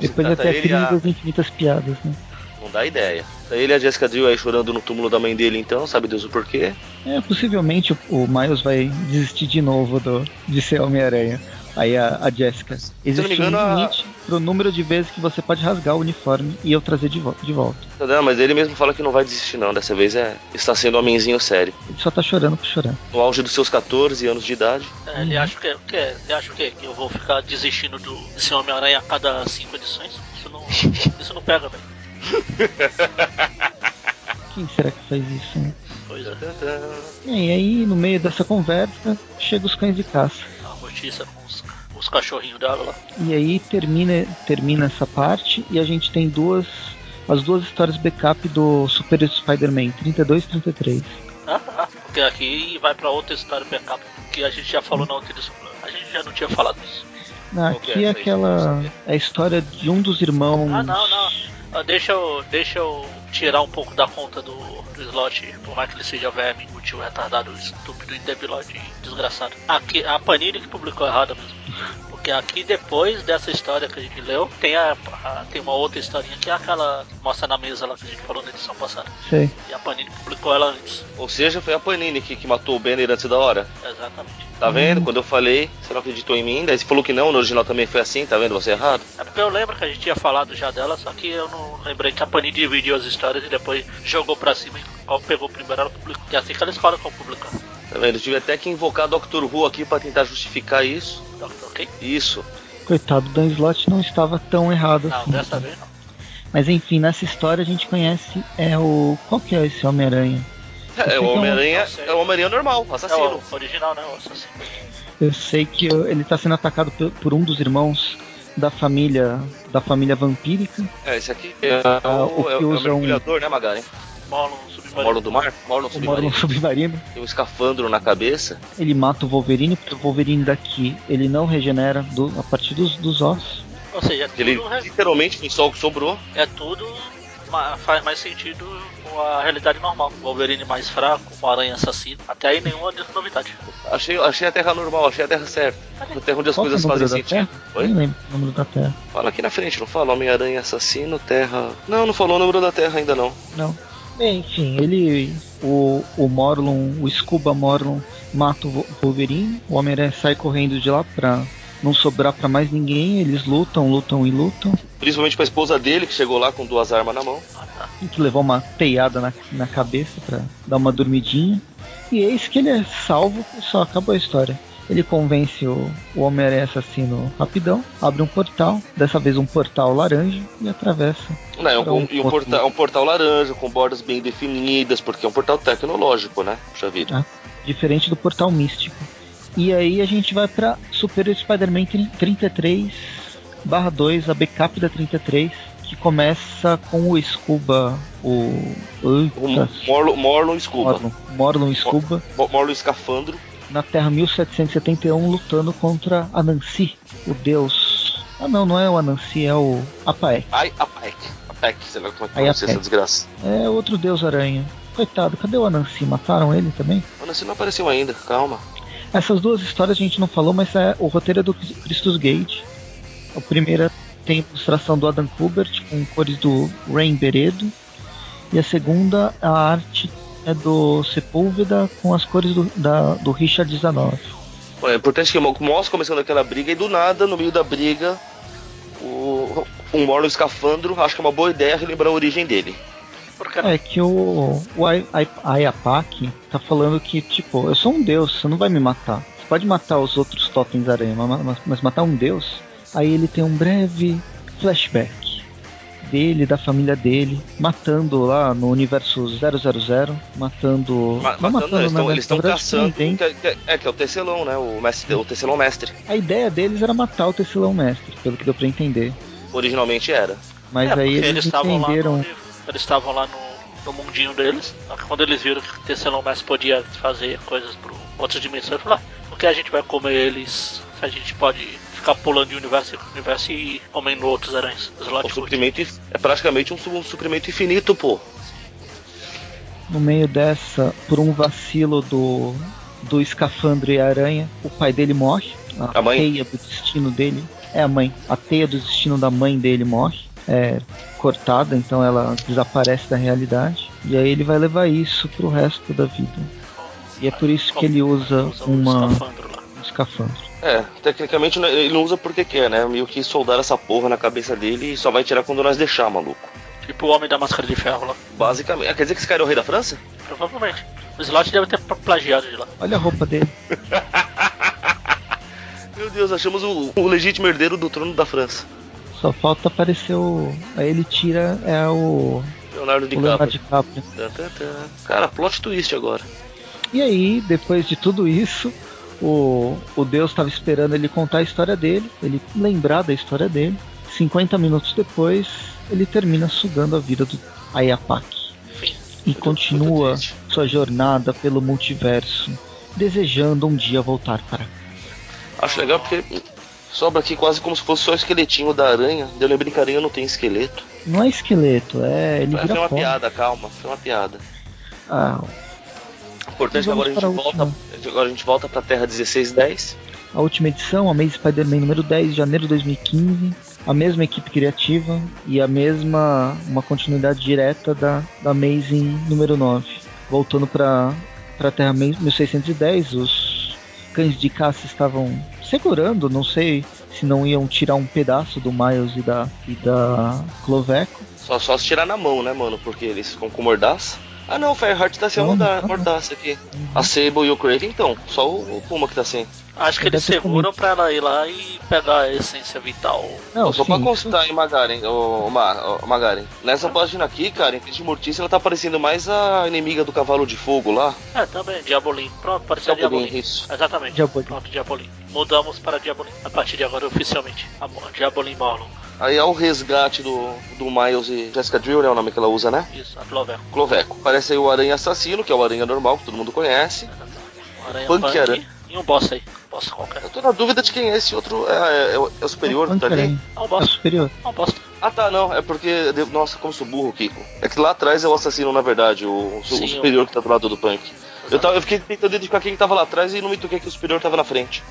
S2: Depois
S4: trata
S2: até a
S4: ele
S2: crise
S4: a-
S2: das infinitas piadas, né?
S4: Não dá ideia. Daí ele e a Jessica Drill aí chorando no túmulo da mãe dele, então, sabe Deus o porquê.
S2: É, possivelmente o, o Miles vai desistir de novo do, de ser Homem-Aranha. Aí a, a Jessica.
S4: eu não
S2: Existe
S4: me engano,
S2: um
S4: a-
S2: limite pro número de vezes que você pode rasgar o uniforme e eu trazer de, vo- de volta.
S4: Não, mas ele mesmo fala que não vai desistir, não. Dessa vez é. Está sendo um homenzinho sério.
S2: Ele só tá chorando por chorar.
S4: No auge dos seus 14 anos de idade.
S3: É, ele acha que, que é, ele acha o quê? Que eu vou ficar desistindo do, desse Homem-Aranha a cada cinco edições? Isso não, isso não pega, velho.
S2: Quem será que faz isso, né?
S3: Pois é.
S2: Bem, E aí, no meio dessa conversa, chega os cães de caça.
S3: A notícia com os, os cachorrinhos dela lá.
S2: E aí termina, termina essa parte e a gente tem duas. As duas histórias backup do Super Spider-Man 32 e 33.
S3: Ah, ah, Porque aqui vai pra outra história backup, que a gente já falou na outra edição. A gente já não tinha falado isso.
S2: Ah,
S4: Qual que
S2: Aqui
S4: é
S2: é
S4: essa aí?
S2: aquela. É a história de um dos irmãos.
S3: Ah, não, não. Ah, Deixa eu, deixa eu tirar um pouco da conta do, do slot, por mais que ele seja verme, útil, retardado, estúpido e debilóide, desgraçado. Aqui, a Panini que publicou errado mesmo. Porque aqui depois dessa história que a gente leu, tem, a, a- tem uma outra historinha que é aquela que mostra na mesa lá que a gente falou na edição passada.
S2: Sei.
S3: E a Panini publicou ela antes.
S4: Ou seja, foi a Panini que, que matou o Banner antes da hora.
S3: Exatamente.
S4: Tá vendo?
S2: Uhum.
S4: Quando eu falei, você não acreditou em mim. Daí você falou que não, no original também foi assim, tá vendo? Você errado.
S3: É porque eu lembro que a gente tinha falado já dela, só que eu não lembrei que a Panini dividiu as histórias e depois jogou pra cima e qual pegou primeiro ela publicou. E é assim que eles falam que eu publicar.
S4: Tá vendo? Eu tive até que invocar Dr. Who aqui pra tentar justificar isso.
S3: Doctor, ok?
S4: Isso.
S2: Coitado, Dan Slott não estava tão errado
S3: Não,
S2: assim.
S3: dessa vez não.
S2: Mas enfim, nessa história a gente conhece é o. Qual que é esse Homem-Aranha?
S4: É,
S2: sei que é
S4: o
S2: um-
S4: Homem-Aranha
S3: não sei.
S4: é o Homem-Aranha normal,
S3: É
S2: Tá
S4: assassino.
S3: o original, né? O assassino.
S2: Eu sei que eu- ele está sendo atacado pe- por um dos irmãos da família. da família vampírica.
S4: É, esse aqui é, o,
S2: o
S4: é,
S2: que
S4: o- é o
S2: usa um-
S4: mergulhador, né, Magari?
S3: Marlon
S4: O
S3: submarino.
S4: Morlon do mar? Morlon
S2: que mora no
S4: submarino.
S2: submarino.
S4: Tem um escafandro na cabeça.
S2: Ele mata o Wolverine, porque o Wolverine daqui ele não regenera do- a partir dos, dos ossos.
S3: Ou seja, é tudo,
S4: Ele
S3: re-
S4: literalmente foi só o que sobrou.
S3: é tudo ma- faz mais sentido com a realidade normal. Wolverine mais fraco, o Aranha assassino. Até aí nenhuma novidade.
S4: Achei, achei a terra normal, achei a terra certa. A terra onde as
S2: Qual que é o
S4: coisas
S2: número
S4: fazem
S2: da
S4: sentido.
S2: Terra?
S4: Oi?
S2: Nem lembro o número da Terra.
S4: Fala aqui na frente, não fala? Homem-Aranha assassino, terra. Não, não falou o número da terra ainda não.
S2: Não. Bem, enfim, ele. O, o Morlon, o Scuba Morlon mata o Vo- Wolverine, o Homem-Aranha sai correndo de lá pra não sobrar pra mais ninguém, eles lutam, lutam e lutam,
S4: Principalmente pra esposa dele, que chegou lá com duas armas na mão.
S3: Ah, tá.
S2: e que levou uma teiada na, na cabeça pra dar uma dormidinha. E eis que ele é salvo e só acabou a história. Ele convence o, o Homem-Aranha assassino rapidão, abre um portal, dessa vez um portal laranja, e atravessa.
S4: Não, é um,
S2: Pra um
S4: e um,
S2: outro-
S4: porta- é um portal laranja, com bordas bem definidas, porque é um portal tecnológico, né? Puxa vida.
S2: diferente do Portal Místico. E aí a gente vai pra Super Spider-Man 33 barra 2, a backup da 33, que começa com o Scuba, o...
S4: O
S2: Eita,
S4: Morlon, Morlon Scuba.
S2: Morlon, Morlon Scuba,
S4: Mo- Morlon Escafandro.
S2: na Terra 1771, lutando contra Anansi, o deus... Ah não, não é o Anansi, é o Apaek.
S4: Ai, a Pike. A Pike, sei lá como é que
S2: Ai,
S4: pronuncia
S2: a
S4: essa
S2: Pike.
S4: desgraça.
S2: É outro deus aranha. Coitado, cadê o Anansi? Mataram ele também?
S4: Mano, você não apareceu ainda, calma.
S2: Essas duas histórias a gente não falou, mas é, o roteiro é do Christus Gage. A primeira tem ilustração do Adam Kubert com cores do Rain Beredo. E a segunda, a arte é do Sepúlveda com as cores do, da- do Richard Zanoff.
S4: É importante que o Moss começando aquela briga e do nada, no meio da briga, o, um Morlun escafandro acha que é uma boa ideia relembrar a origem dele.
S3: Porque
S2: É que o, o Ai- Ai- Ayapak tá falando que, tipo, eu sou um deus, você não vai me matar. Você pode matar os outros totens aranha, ma- ma- mas, matar um deus? Aí ele tem um breve flashback dele, da família dele, matando lá no universo 000, matando...
S4: Ma-
S2: não
S4: matando, é eles
S2: né,
S4: tão-
S2: mas
S4: eles estão
S2: na verdade,
S4: caçando.
S2: ninguém.
S4: que- que- é, que é o tecelão, né? O, mestre, o tecelão mestre.
S2: A ideia deles era matar o Tecelão Mestre, pelo que deu pra entender.
S4: Originalmente era.
S2: Mas
S3: é,
S2: aí
S3: porque
S2: eles
S3: estavam lá
S2: entenderam...
S3: no, eles estavam lá no, no mundinho deles. Só que Quando eles viram que o Tecelão Mestre podia fazer coisas para outras dimensões, falaram: "Ah, por que a gente vai comer eles se a gente pode ficar pulando de universo em universo e comendo outros aranhas? Os
S4: O
S3: Lotfoot."
S4: suprimento inf- é praticamente um, su- um suprimento infinito, pô.
S2: No meio dessa, por um vacilo do, do escafandro e a aranha, o pai dele morre. A,
S4: A mãe?
S2: teia do destino dele. É a mãe. A teia do destino da mãe dele morre. É cortada, então ela desaparece da realidade. E aí ele vai levar isso pro resto da vida. E é por isso que ele usa
S3: Usa um
S2: uma,
S3: escafandro lá.
S2: um escafandro.
S4: É, tecnicamente né, ele não usa porque quer, né? Meio que soldar essa porra na cabeça dele e só vai tirar quando nós deixar, maluco.
S3: Tipo o Homem da Máscara de Ferro lá.
S4: Basicamente. Ah, quer dizer que esse cara é o rei da França?
S3: Provavelmente. O Slot deve ter plagiado de lá.
S2: Olha a roupa dele.
S4: Meu Deus, achamos o, o legítimo herdeiro do trono da França.
S2: Só falta aparecer o. Aí ele tira é o,
S4: Leonardo
S2: o Leonardo
S4: DiCaprio.
S2: DiCaprio.
S4: Tan, tan, tan. Cara, plot twist agora.
S2: E aí, depois de tudo isso, o, o Deus estava esperando ele contar a história dele, ele lembrar da história dele. 50 minutos depois, ele termina sugando a vida do Ayapak. E
S4: Muito-
S2: continua
S4: muito triste.
S2: sua jornada pelo multiverso, desejando um dia voltar para.
S4: Acho legal porque sobra aqui quase como se fosse só o esqueletinho da aranha. Eu lembrei que aranha não tem esqueleto.
S2: Não é esqueleto, é. Ele
S4: Foi
S2: vira
S4: uma
S2: pó.
S4: piada, calma. Foi uma piada.
S2: Ah,
S4: Importante é que
S2: Vamos
S4: agora a gente
S2: para a
S4: volta. Agora a gente volta pra Terra 1610.
S2: a última edição, a Amazing Spider-Man número 10, de janeiro de 2015. A mesma equipe criativa e a mesma uma continuidade direta da, da Amazing número 9. Voltando para a Terra 1610, os cães de caça estavam segurando, não sei se não iam tirar um pedaço do Miles e da, e da Cloveco.
S4: Só, só se tirar na mão, né, mano? Porque eles ficam com mordaça. Ah não, o Fireheart tá sem a
S2: Não,
S4: morda-
S2: não, não.
S4: mordaça aqui.
S2: Uhum.
S4: A Sable e o Craven, então. Só o, o Puma que tá sem.
S3: Acho que
S2: Deve
S3: eles
S2: ter
S3: seguram pra ela ir lá e pegar a essência vital.
S2: Não,
S4: só pra
S2: sim,
S4: constar, hein, Magaren, ô, ô, Ma- ô, Magaren. Nessa página aqui, cara, em vez de Mortícia, ela tá parecendo mais a inimiga do Cavalo de Fogo lá.
S3: É, também, Diabolim. Pronto, pode ser
S4: Diabolim,
S3: Diabolim.
S4: isso.
S3: Exatamente.
S2: Diabolim.
S3: Pronto, Diabolim. Mudamos para Diabolim. A partir de agora, oficialmente. A mo- Diabolim Marlon.
S4: Aí é o resgate do, do Miles e Jessica Drill, né? O nome que ela usa, né?
S3: Isso, a Clover.
S4: Cloveco. Parece aí o Aranha Assassino, que é o Aranha normal, que todo mundo conhece.
S3: Uma Aranha
S4: Punk
S3: punk
S4: era.
S3: E um boss aí. Um boss qualquer.
S4: Eu tô na dúvida de quem é esse outro. É, é- é o- é o superior,
S2: Não,
S4: tá ali?
S2: peraí,
S3: Ah, um
S2: É o
S3: boss.
S2: superior.
S3: Ah, um boss.
S4: Ah tá, não, é porque. de- Nossa, como sou burro, Kiko. É que lá atrás é o assassino, na verdade, o, o su-
S3: Sim,
S4: o superior que tá do lado do punk. Eu, tava, eu fiquei tentando identificar quem tava lá atrás e não me toquei que o superior tava na frente.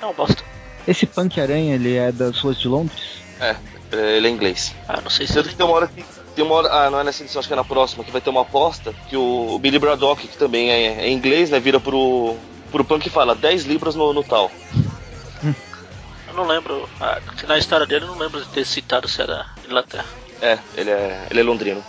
S3: É um bosta.
S2: Esse Punk Aranha, ele é das ruas de Londres?
S4: É, é, ele é inglês.
S3: Ah, não sei se
S4: Sendo que tem uma hora que. Tem uma hora, ah, não é nessa edição, acho que é na próxima, que vai ter uma aposta que o, o Billy Braddock, que também é, é inglês, né, vira pro, pro punk e fala 10 libras no, no tal.
S3: Eu não lembro. ah, que na história dele, eu não lembro de ter citado se era Inglaterra.
S4: É, ele é, ele é londrino.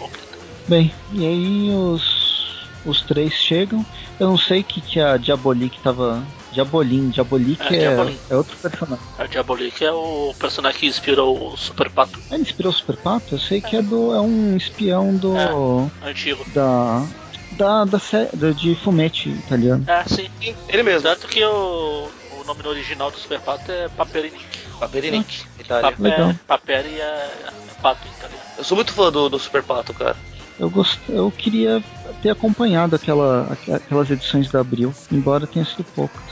S3: Ok.
S2: Bem, e aí os, os três chegam. Eu não sei o que, que a Diabolik tava. Diabolim, Diabolik
S3: É,
S2: é,
S3: Diabolim.
S2: é outro personagem.
S3: A Diabolim, que é o personagem que inspirou o Super Pato
S2: Ah, Ele inspirou o Super Pato? Eu sei que é, do, é um espião do.
S3: É. antigo.
S2: da. da, da, sé- da- de fumete italiano.
S3: É, sim.
S4: Sim,
S2: Então.
S4: ele mesmo.
S3: Tanto que o, o nome do original do Super Pato é Paperinic.
S4: Tá, Paperinic, Itália.
S2: Ah, é, Legal.
S3: Papel, papel e é, é pato italiano.
S4: Ah, Eu sou muito fã do, do Super Pato, cara.
S2: Eu, gost, eu queria ter acompanhado aquela, aqu- aquelas edições da Abril, embora tenha sido poucas.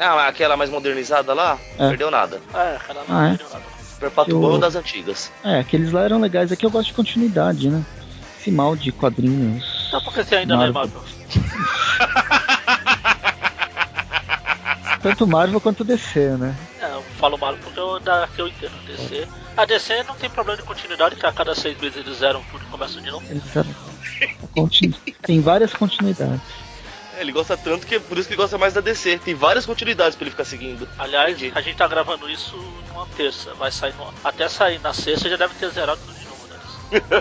S4: Ah, aquela mais modernizada lá,
S2: É.
S4: perdeu nada.
S3: É, cara, não
S2: Ah, é?
S3: entendeu nada.
S4: Super Pato
S2: Eu-
S4: bom das antigas.
S2: É, aqueles lá eram legais, é que eu gosto de continuidade, né? Esse mal de quadrinhos.
S3: Só porque você ainda não é Marvel.
S2: Tanto Marvel quanto DC, né?
S3: É, o falo maluco porque eu, da, que eu entendo. A DC. A DC não tem problema de continuidade, que a cada seis meses eles zeram tudo e começam de novo.
S2: Eles fizeram- a continu- Tem várias continuidades.
S4: É, ele gosta tanto que por isso que ele gosta mais da DC. Tem várias continuidades pra ele ficar seguindo.
S3: Aliás,
S4: Entendi.
S3: a gente tá gravando isso numa terça. Vai sair numa- até sair na sexta já deve ter zerado tudo de novo, né?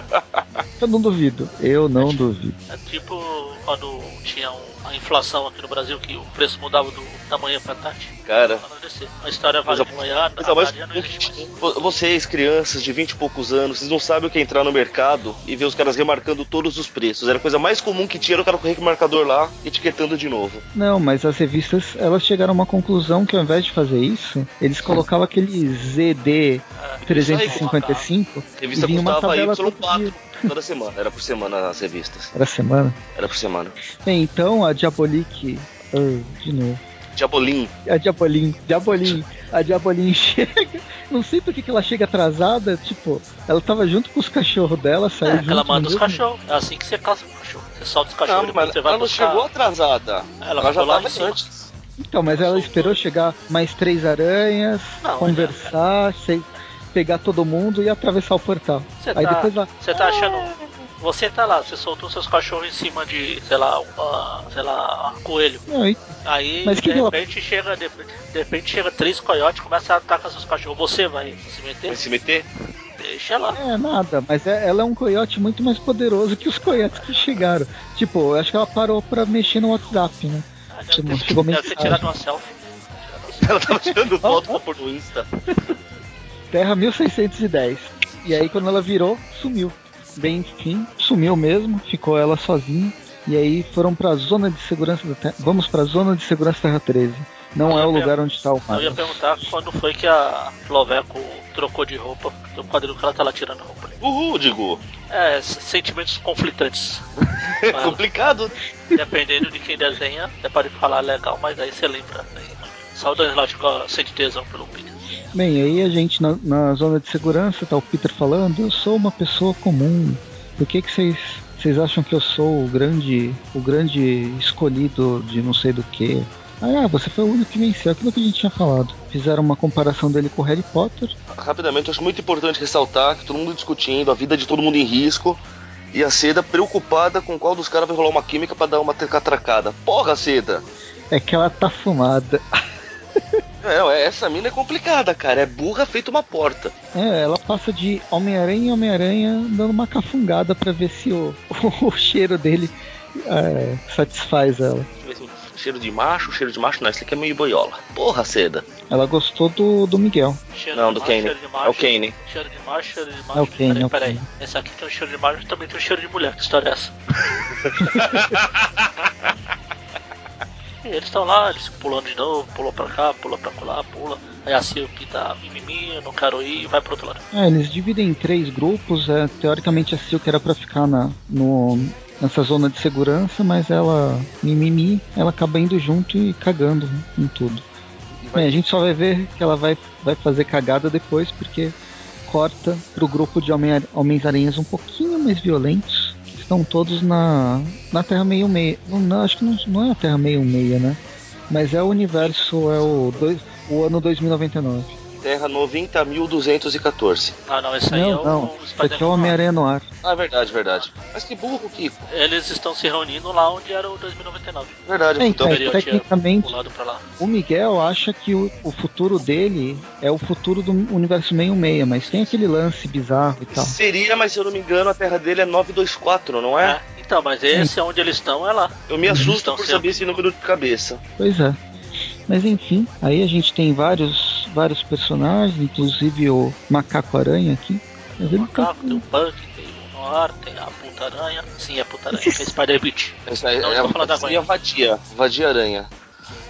S2: Eu não duvido. Eu não duvido.
S3: É tipo quando tinha um- a inflação aqui no Brasil que o preço mudava do, da manhã pra tarde.
S4: Cara,
S3: Pra não descer. A história vale
S4: Coisa-
S3: de manhã, a
S4: coisa mais
S3: tarde já não existe mais.
S4: Então, vo- vocês, crianças de 20 e poucos anos, vocês não sabem o que é entrar no mercado e ver os caras remarcando todos os preços. Era a coisa mais comum que tinha era o cara com o remarcador lá, etiquetando de novo.
S2: Não, mas as revistas elas chegaram a uma conclusão que ao invés de fazer isso, eles colocavam aquele ZD
S3: É,
S2: 355
S4: A revista
S2: E vinha uma
S4: custava
S2: tabela
S4: Y4
S2: todo
S4: toda semana. Era por semana as revistas.
S2: era semana.
S4: Era por semana.
S2: Bem, então a Diabolik. ah, de novo.
S4: Diabolim.
S2: A Diabolim, Diabolim, a Diabolim chega. Não sei por que que ela chega atrasada. Tipo, ela tava junto com os cachorros dela, saiu
S3: É,
S2: junto. né?
S3: ela manda os
S2: mesmo.
S3: cachorros. É assim que você caça o cachorro. Você solta os cachorros
S4: Não,
S3: depois
S4: mas
S3: você vai
S4: ela não
S3: buscar.
S4: chegou atrasada.
S3: Ela,
S4: Ela já
S3: ficou lá em
S4: tava
S3: cima.
S4: antes.
S2: Então, mas ela esperou chegar mais três aranhas,
S3: Não, é.
S2: conversar, sei, pegar todo mundo e atravessar o portal.
S3: Você
S2: Aí
S3: tá-
S2: depois ela.
S3: Você tá achando. Você tá lá, você soltou seus cachorros em cima de, sei lá, uma, sei lá, um coelho.
S2: Não, e- tá,
S3: Aí
S2: Mas que
S3: de
S2: que ela-
S3: repente chega. De, de repente chega três coiotes e começa a atacar seus cachorros. Você vai se
S4: Vai
S3: meter?
S4: se meter?
S3: Deixa lá.
S2: é nada, mas é- ela é um coiote muito mais poderoso que os coiotes que chegaram. Tipo, eu acho que ela parou pra mexer no WhatsApp, né?
S3: Ah, Deve
S2: Chegou-
S3: ter,
S2: chegou
S3: deve ter
S2: mensagem.
S3: tirado uma selfie. Tirado uma selfie.
S4: Ela tava tirando foto pra pôr no Insta.
S2: Terra 1610. E aí quando ela virou, sumiu. Bem, enfim, sumiu mesmo, ficou ela sozinha. E aí foram pra zona de segurança da Terra. Vamos pra zona de segurança Terra 13. Não
S3: Eu
S2: é
S3: ia
S2: o
S3: per-
S2: lugar onde está o mar.
S3: Eu ia perguntar quando foi que a Loveco trocou de roupa, porque o quadril que ela tá lá tirando a roupa. ali.
S4: Uhul, digo.
S3: É, s- sentimentos conflitantes.
S4: É
S3: Fala.
S4: complicado.
S3: Dependendo de quem desenha, você pode falar legal, mas aí você lembra. Aí, saudades lá de co- sente tesão pelo Peter.
S2: Bem, aí a gente na, na zona de segurança, tá o Peter falando, eu sou uma pessoa comum. Por que que vocês vocês acham que eu sou o grande o grande escolhido de não sei do que? Ah, você foi o único que venceu, aquilo que a gente tinha falado. Fizeram uma comparação dele com o Harry Potter.
S4: Rapidamente, eu acho muito importante ressaltar que todo mundo discutindo, a vida de todo mundo em risco. E a Seda preocupada com qual dos caras vai rolar uma química pra dar uma catracada. Porra, Seda!
S2: É que ela tá fumada.
S4: Não, é, essa mina é complicada, cara. É burra feito uma porta.
S2: É, ela passa de Homem-Aranha em Homem-Aranha dando uma cafungada pra ver se o, o cheiro dele é, satisfaz ela.
S4: Deixa eu ver se o Cheiro de macho, cheiro de macho, não. Esse aqui é meio boiola. Porra, Seda.
S2: Ela gostou do, do Miguel.
S3: Cheiro
S4: Não,
S3: de
S4: do
S3: macho,
S4: Kane.
S3: cheiro de macho,
S4: É o Kane.
S3: Cheiro de macho, cheiro de macho.
S2: É o Kane,
S3: peraí,
S2: é o
S3: peraí.
S2: Kane.
S3: Essa aqui tem um cheiro de macho, também tem um cheiro de mulher. Que história é essa? E eles estão lá, eles pulando de novo, pula pra cá, pula pra lá, pula. Aí a Silk tá mimimi, eu não quero ir, vai pro outro lado.
S2: É, eles dividem em três grupos. é, teoricamente a Silk era pra ficar na, no, nessa zona de segurança, mas ela, mimimi, ela acaba indo junto e cagando né, em tudo.
S4: E vai-
S2: Bem, a gente só vai ver que ela vai, vai fazer cagada depois, porque corta pro grupo de Homem- Homens-Aranhas um pouquinho mais violentos. que Estão todos na, na Terra 66. Não, não, acho que não, não é a Terra 66, né? Mas é o universo, é o, dois, o ano 2099.
S4: Terra 90.214.
S3: Ah, não, esse aí é
S2: não,
S3: o
S2: não.
S3: o
S2: Isso
S3: Spider-Man
S2: aqui é o Homem-Aranha no ar.
S4: Ah, verdade, verdade. Mas que burro, Kiko.
S3: Eles estão se reunindo lá onde era o 2099.
S4: Verdade,
S2: É, então,
S4: então.
S3: Poderia ter
S2: tecnicamente,
S3: Pulado um pra lá.
S2: o Miguel acha que o, o futuro dele é o futuro do universo 66, mas tem aquele lance bizarro e tal.
S4: Seria, mas se eu não me engano, a terra dele é 924, não é?
S3: É, então, mas esse é onde eles estão, é lá.
S4: Eu me assusto
S3: Então,
S4: por
S3: sim.
S4: saber esse número de cabeça.
S2: Pois é. Mas enfim, aí a gente tem vários, vários personagens, inclusive o Macaco Aranha aqui. Mas
S3: Tem o
S2: ele
S3: macaco, tem um o
S2: tá...
S3: Bug, tem o Noir, tem a Puta Aranha. Sim, é a Puta Aranha, que
S2: Esse-
S3: é Spider Beat.
S4: Essa é,
S3: Não,
S4: é,
S3: eu tô falando da
S4: essa
S3: Gwen.
S4: é a vadia, vadia aranha.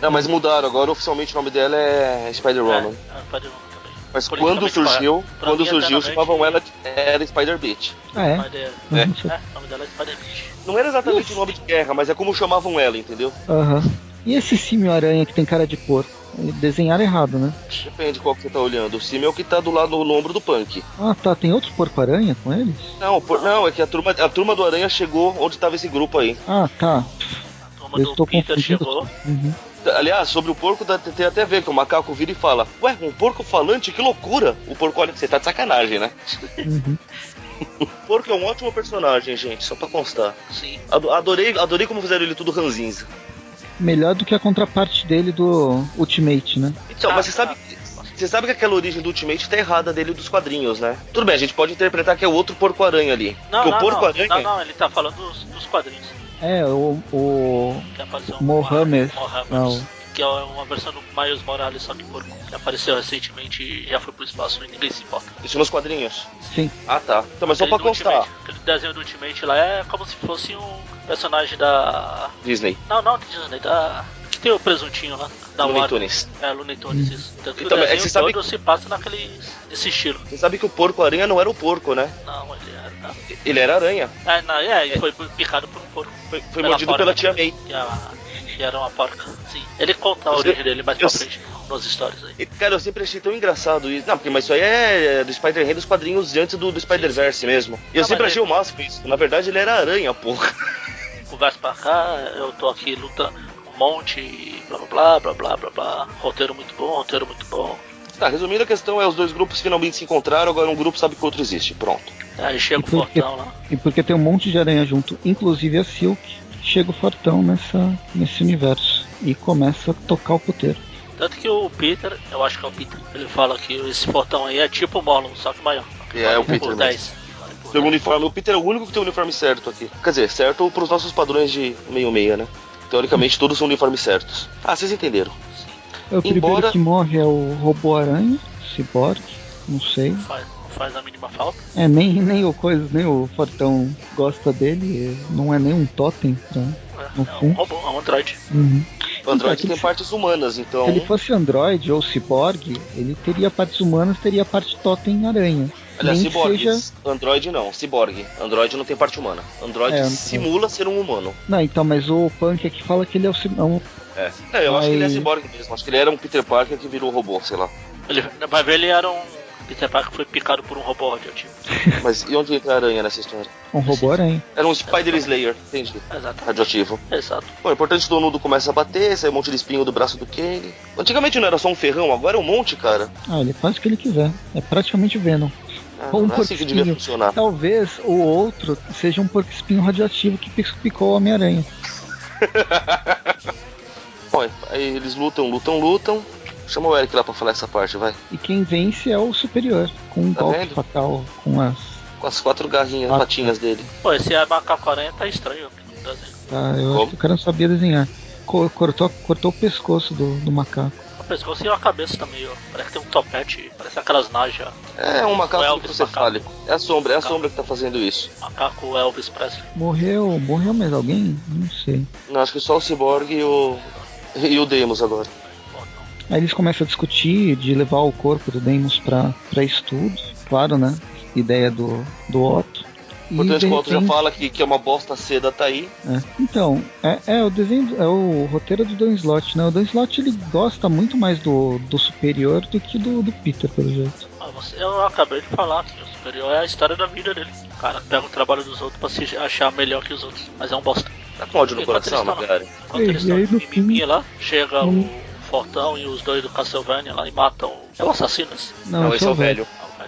S4: Não, mas mudaram, agora oficialmente o nome dela é Spider-Woman.
S3: É, é Spider-Woman também.
S4: Mas quando
S3: Politicamente
S4: surgiu,
S3: correto. Pra
S4: quando
S3: mim, é
S4: surgiu,
S3: eternamente-
S4: chamavam ela de era Spider-Bitch.
S2: Ah, é?
S3: Spider...
S2: Mas não
S4: É.
S2: sei.
S3: É, o nome dela é Spider Beat.
S4: Não era exatamente o nome de guerra, mas é como chamavam ela, entendeu?
S2: Aham. E esse símio aranha que tem cara de porco? Desenharam errado, né?
S4: Depende de qual que você tá olhando. O Sim é o que tá do lado no ombro do punk.
S2: Ah tá, tem outro porco aranha com eles?
S4: Não, por- não, é que a turma, a turma do Aranha chegou onde tava esse grupo aí.
S2: Ah tá.
S3: A turma
S2: Eu
S3: do
S2: tô
S3: Peter
S2: confundindo
S3: chegou.
S2: Uhum.
S4: Aliás, sobre o porco, dá- tem até a ver que o macaco vira e fala: Ué, um porco falante, que loucura! O porco olha que você tá de sacanagem, né?
S2: Uhum.
S4: O porco é um ótimo personagem, gente, só pra constar.
S3: Sim.
S4: Ado- Adorei, adorei como fizeram ele tudo ranzinza.
S2: Melhor do que a contraparte dele do Ultimate, né?
S4: Então, mas você sabe. Você sabe que aquela origem do Ultimate tá errada dele dos quadrinhos, né? Tudo bem, a gente pode interpretar que é o outro porco-aranha ali.
S3: Não, não,
S4: Porque o
S3: não,
S4: porco-aranha.
S3: não, não, ele tá falando dos, dos quadrinhos.
S2: É, o. o...
S3: Que apareceu
S2: Mohammed.
S3: Mohammed.
S2: Não.
S3: Que é uma versão do Miles Morales, só que porco. Que apareceu recentemente e já foi pro espaço e ninguém se importa.
S4: Isso nos quadrinhos.
S2: Sim.
S4: Ah, tá. Então, mas só
S3: Aquele
S4: pra
S3: do
S4: constar,
S3: Ultimate, Aquele desenho do Ultimate lá é como se fosse um personagem da.
S4: Disney.
S3: Não, não, de Disney, da. Que tem o presuntinho lá. Da
S4: Looney
S3: Warner.
S4: Tunes.
S3: É, Looney Tunes, isso. Tanto que
S4: Então,
S3: o
S4: é que
S3: desenho
S4: você sabe
S3: todo se passa naquele. nesse estilo.
S4: Você sabe que o porco-aranha não era o porco, né?
S3: Não, ele era.
S4: Ele era aranha.
S3: É, não, é, ele foi picado por um porco.
S4: Foi, foi
S3: Pela
S4: mordido
S3: porca.
S4: pela tia May.
S3: Que, a- que era uma porca. Sim. Ele conta a
S4: Eu sei-
S3: origem dele mais pra
S4: eu sei-
S3: frente nas histórias aí.
S4: E, Cara, eu sempre achei tão engraçado isso. Não, porque mas isso aí é do Spider-Man dos quadrinhos de antes do, do Spider-Verse mesmo. E eu
S3: Ah,
S4: sempre
S3: mas
S4: achei o
S3: ele-
S4: máximo isso. Na verdade, ele era aranha, porra.
S3: Conversa pra cá, eu tô aqui lutando um monte e blá blá blá blá blá blá. Roteiro muito bom, roteiro muito bom.
S4: Tá, resumindo a questão é os dois grupos finalmente se encontraram, agora um grupo sabe que o outro existe. Pronto.
S3: Aí É, chega
S2: E
S3: o
S2: por quê?
S3: Fortão lá.
S2: E porque tem um monte de aranha junto, inclusive a Silk, chega o Fortão nessa, nesse universo e começa a tocar o puteiro.
S3: Tanto que o Peter, eu acho que é o Peter, ele fala que esse Fortão aí é tipo o Morlun, só que maior. Tipo
S4: E é o
S3: Vale
S4: Peter
S3: por
S4: mesmo.
S3: 10. Vale por
S4: Tem um
S3: 10.
S4: uniforme. O Peter é o único que tem o uniforme certo aqui. Quer dizer, certo pros nossos padrões de meio-meia, né? Teoricamente, todos são uniformes certos. Ah, vocês entenderam.
S2: É o
S4: Embora-
S2: primeiro que morre é o Robô Aranha, Cyborg, não sei.
S3: Faz, não faz a mínima falta.
S2: É, nem, nem o Coisa, nem o Fortão gosta dele, e não é nem um totem. Né? No
S3: É, é um
S2: fundo.
S3: robô, é um android.
S2: Uhum.
S4: O Android
S2: Então,
S4: tem
S2: se-
S4: partes humanas, então.
S2: Se ele fosse Android ou Cyborg, ele teria partes humanas, teria parte totem aranha.
S4: Aliás,
S2: Nem que
S4: ciborgue.
S2: seja
S4: Android não, ciborgue. Android não tem parte humana. Android
S2: É, não.
S4: simula ser um humano.
S2: Não, então, mas o Punk é que fala que ele é o cy- é um
S4: É. Não, eu acho que ele é
S2: Mas-
S4: ciborgue mesmo. Acho que ele era um Peter Parker que virou robô, sei lá.
S3: Ele, vai ver, ele era um. Peter Parker foi picado por um robô radioativo.
S4: Mas e onde entra a aranha nessa história?
S2: um robô aranha.
S4: Era um Spider Slayer, entendi.
S3: Exatamente.
S4: Radioativo.
S3: Exato.
S4: Bom, o importante do nudo começa a bater, sai um monte de espinho do braço do Kenny. Antigamente não era só um ferrão, agora é um monte, cara.
S2: Ah, ele faz o que ele quiser. É praticamente o Venom.
S4: Ah,
S2: Ou um
S4: não é assim que devia
S2: porquinho.
S4: funcionar.
S2: Talvez o outro seja um porco espinho radioativo que pis- picou o Homem-Aranha.
S4: Bom, aí eles lutam, lutam, lutam. Chama o Eric lá pra falar essa parte, vai.
S2: E quem vence é o superior, com um
S4: Tá
S2: golpe
S4: vendo?
S2: fatal com as.
S4: Com as quatro garrinhas,
S2: Ah.
S4: patinhas dele.
S3: Pô, esse é macaco aranha tá estranho. no desenho.
S2: Tá, eu
S4: Como?
S2: acho que o cara não sabia desenhar. Co- cortou, cortou o pescoço do, do macaco.
S3: O pescoço e a cabeça também, ó. Parece que tem um topete, parece aquelas najas.
S4: É um
S3: O
S4: macaco
S3: Elvis
S4: microcefálico. É a sombra, é a sombra que tá fazendo isso.
S3: Macaco Elvis Presley.
S2: Morreu. Morreu mais alguém? Não sei.
S4: Não, acho que só o Cyborg e o. E o Demos agora.
S3: Bom, não.
S2: Aí eles começam a discutir de levar o corpo do Demos pra, pra estudo. Claro, né? Ideia do, do Otto. E
S4: Importante
S2: de
S4: que o Otto já
S2: repente-
S4: fala que, que é uma bosta seda tá aí.
S2: É. Então, é, é o desenho, do- é o roteiro do Don Slot, né? O Don Slot ele gosta muito mais do, do superior do que do, do Peter, pelo jeito.
S3: Ah, você- eu acabei de falar que o superior é a história da vida dele. O cara pega o trabalho dos outros pra se achar melhor que os outros. Mas é um bosta.
S4: Tá com ódio no
S3: Enquanto
S4: coração,
S3: eles tão-
S4: Magari.
S3: Enquanto
S2: Ei,
S3: eles
S2: e
S3: estão
S2: aí no
S3: em mimimi
S2: fim-
S3: lá, chega
S2: Hum.
S3: o Fortão e os dois do Castlevania lá e matam. o- É o assassino esse.
S2: Não,
S4: Não,
S2: esse é o velho.
S3: Ah, o velho.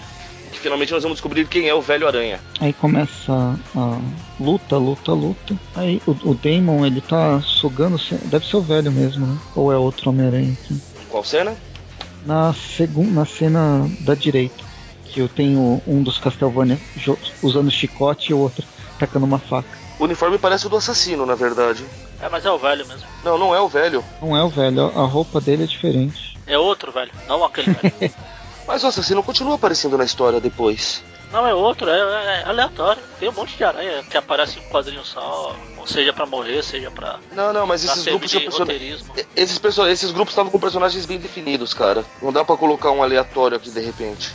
S4: Que finalmente nós vamos descobrir quem é o velho aranha.
S2: Aí começa a luta, luta, luta. Aí o, o Damon ele tá sugando, se- deve ser o velho mesmo, né? Ou é outro Homem-Aranha aqui.
S4: Qual cena?
S2: Na, segun, na cena da direita, que eu tenho um dos Castlevania jo- usando chicote e o outro tacando uma faca.
S4: O uniforme parece o do assassino, na verdade.
S3: É, mas é o velho mesmo.
S4: Não, não é o velho.
S2: Não é o velho, a a roupa dele é diferente.
S3: É outro velho, não aquele velho.
S4: Mas o assassino continua aparecendo na história depois.
S3: Não, é outro, é, é aleatório. Tem um monte de aranha que aparece em um quadrinho só, ou seja pra morrer, seja pra,
S4: Não, não, mas
S3: pra
S4: esses
S3: servir
S4: grupos
S3: de
S4: tinham personagens.
S3: roteirismo.
S4: Esses, perso- esses grupos estavam com personagens bem definidos, cara. Não dá pra colocar um aleatório aqui de repente.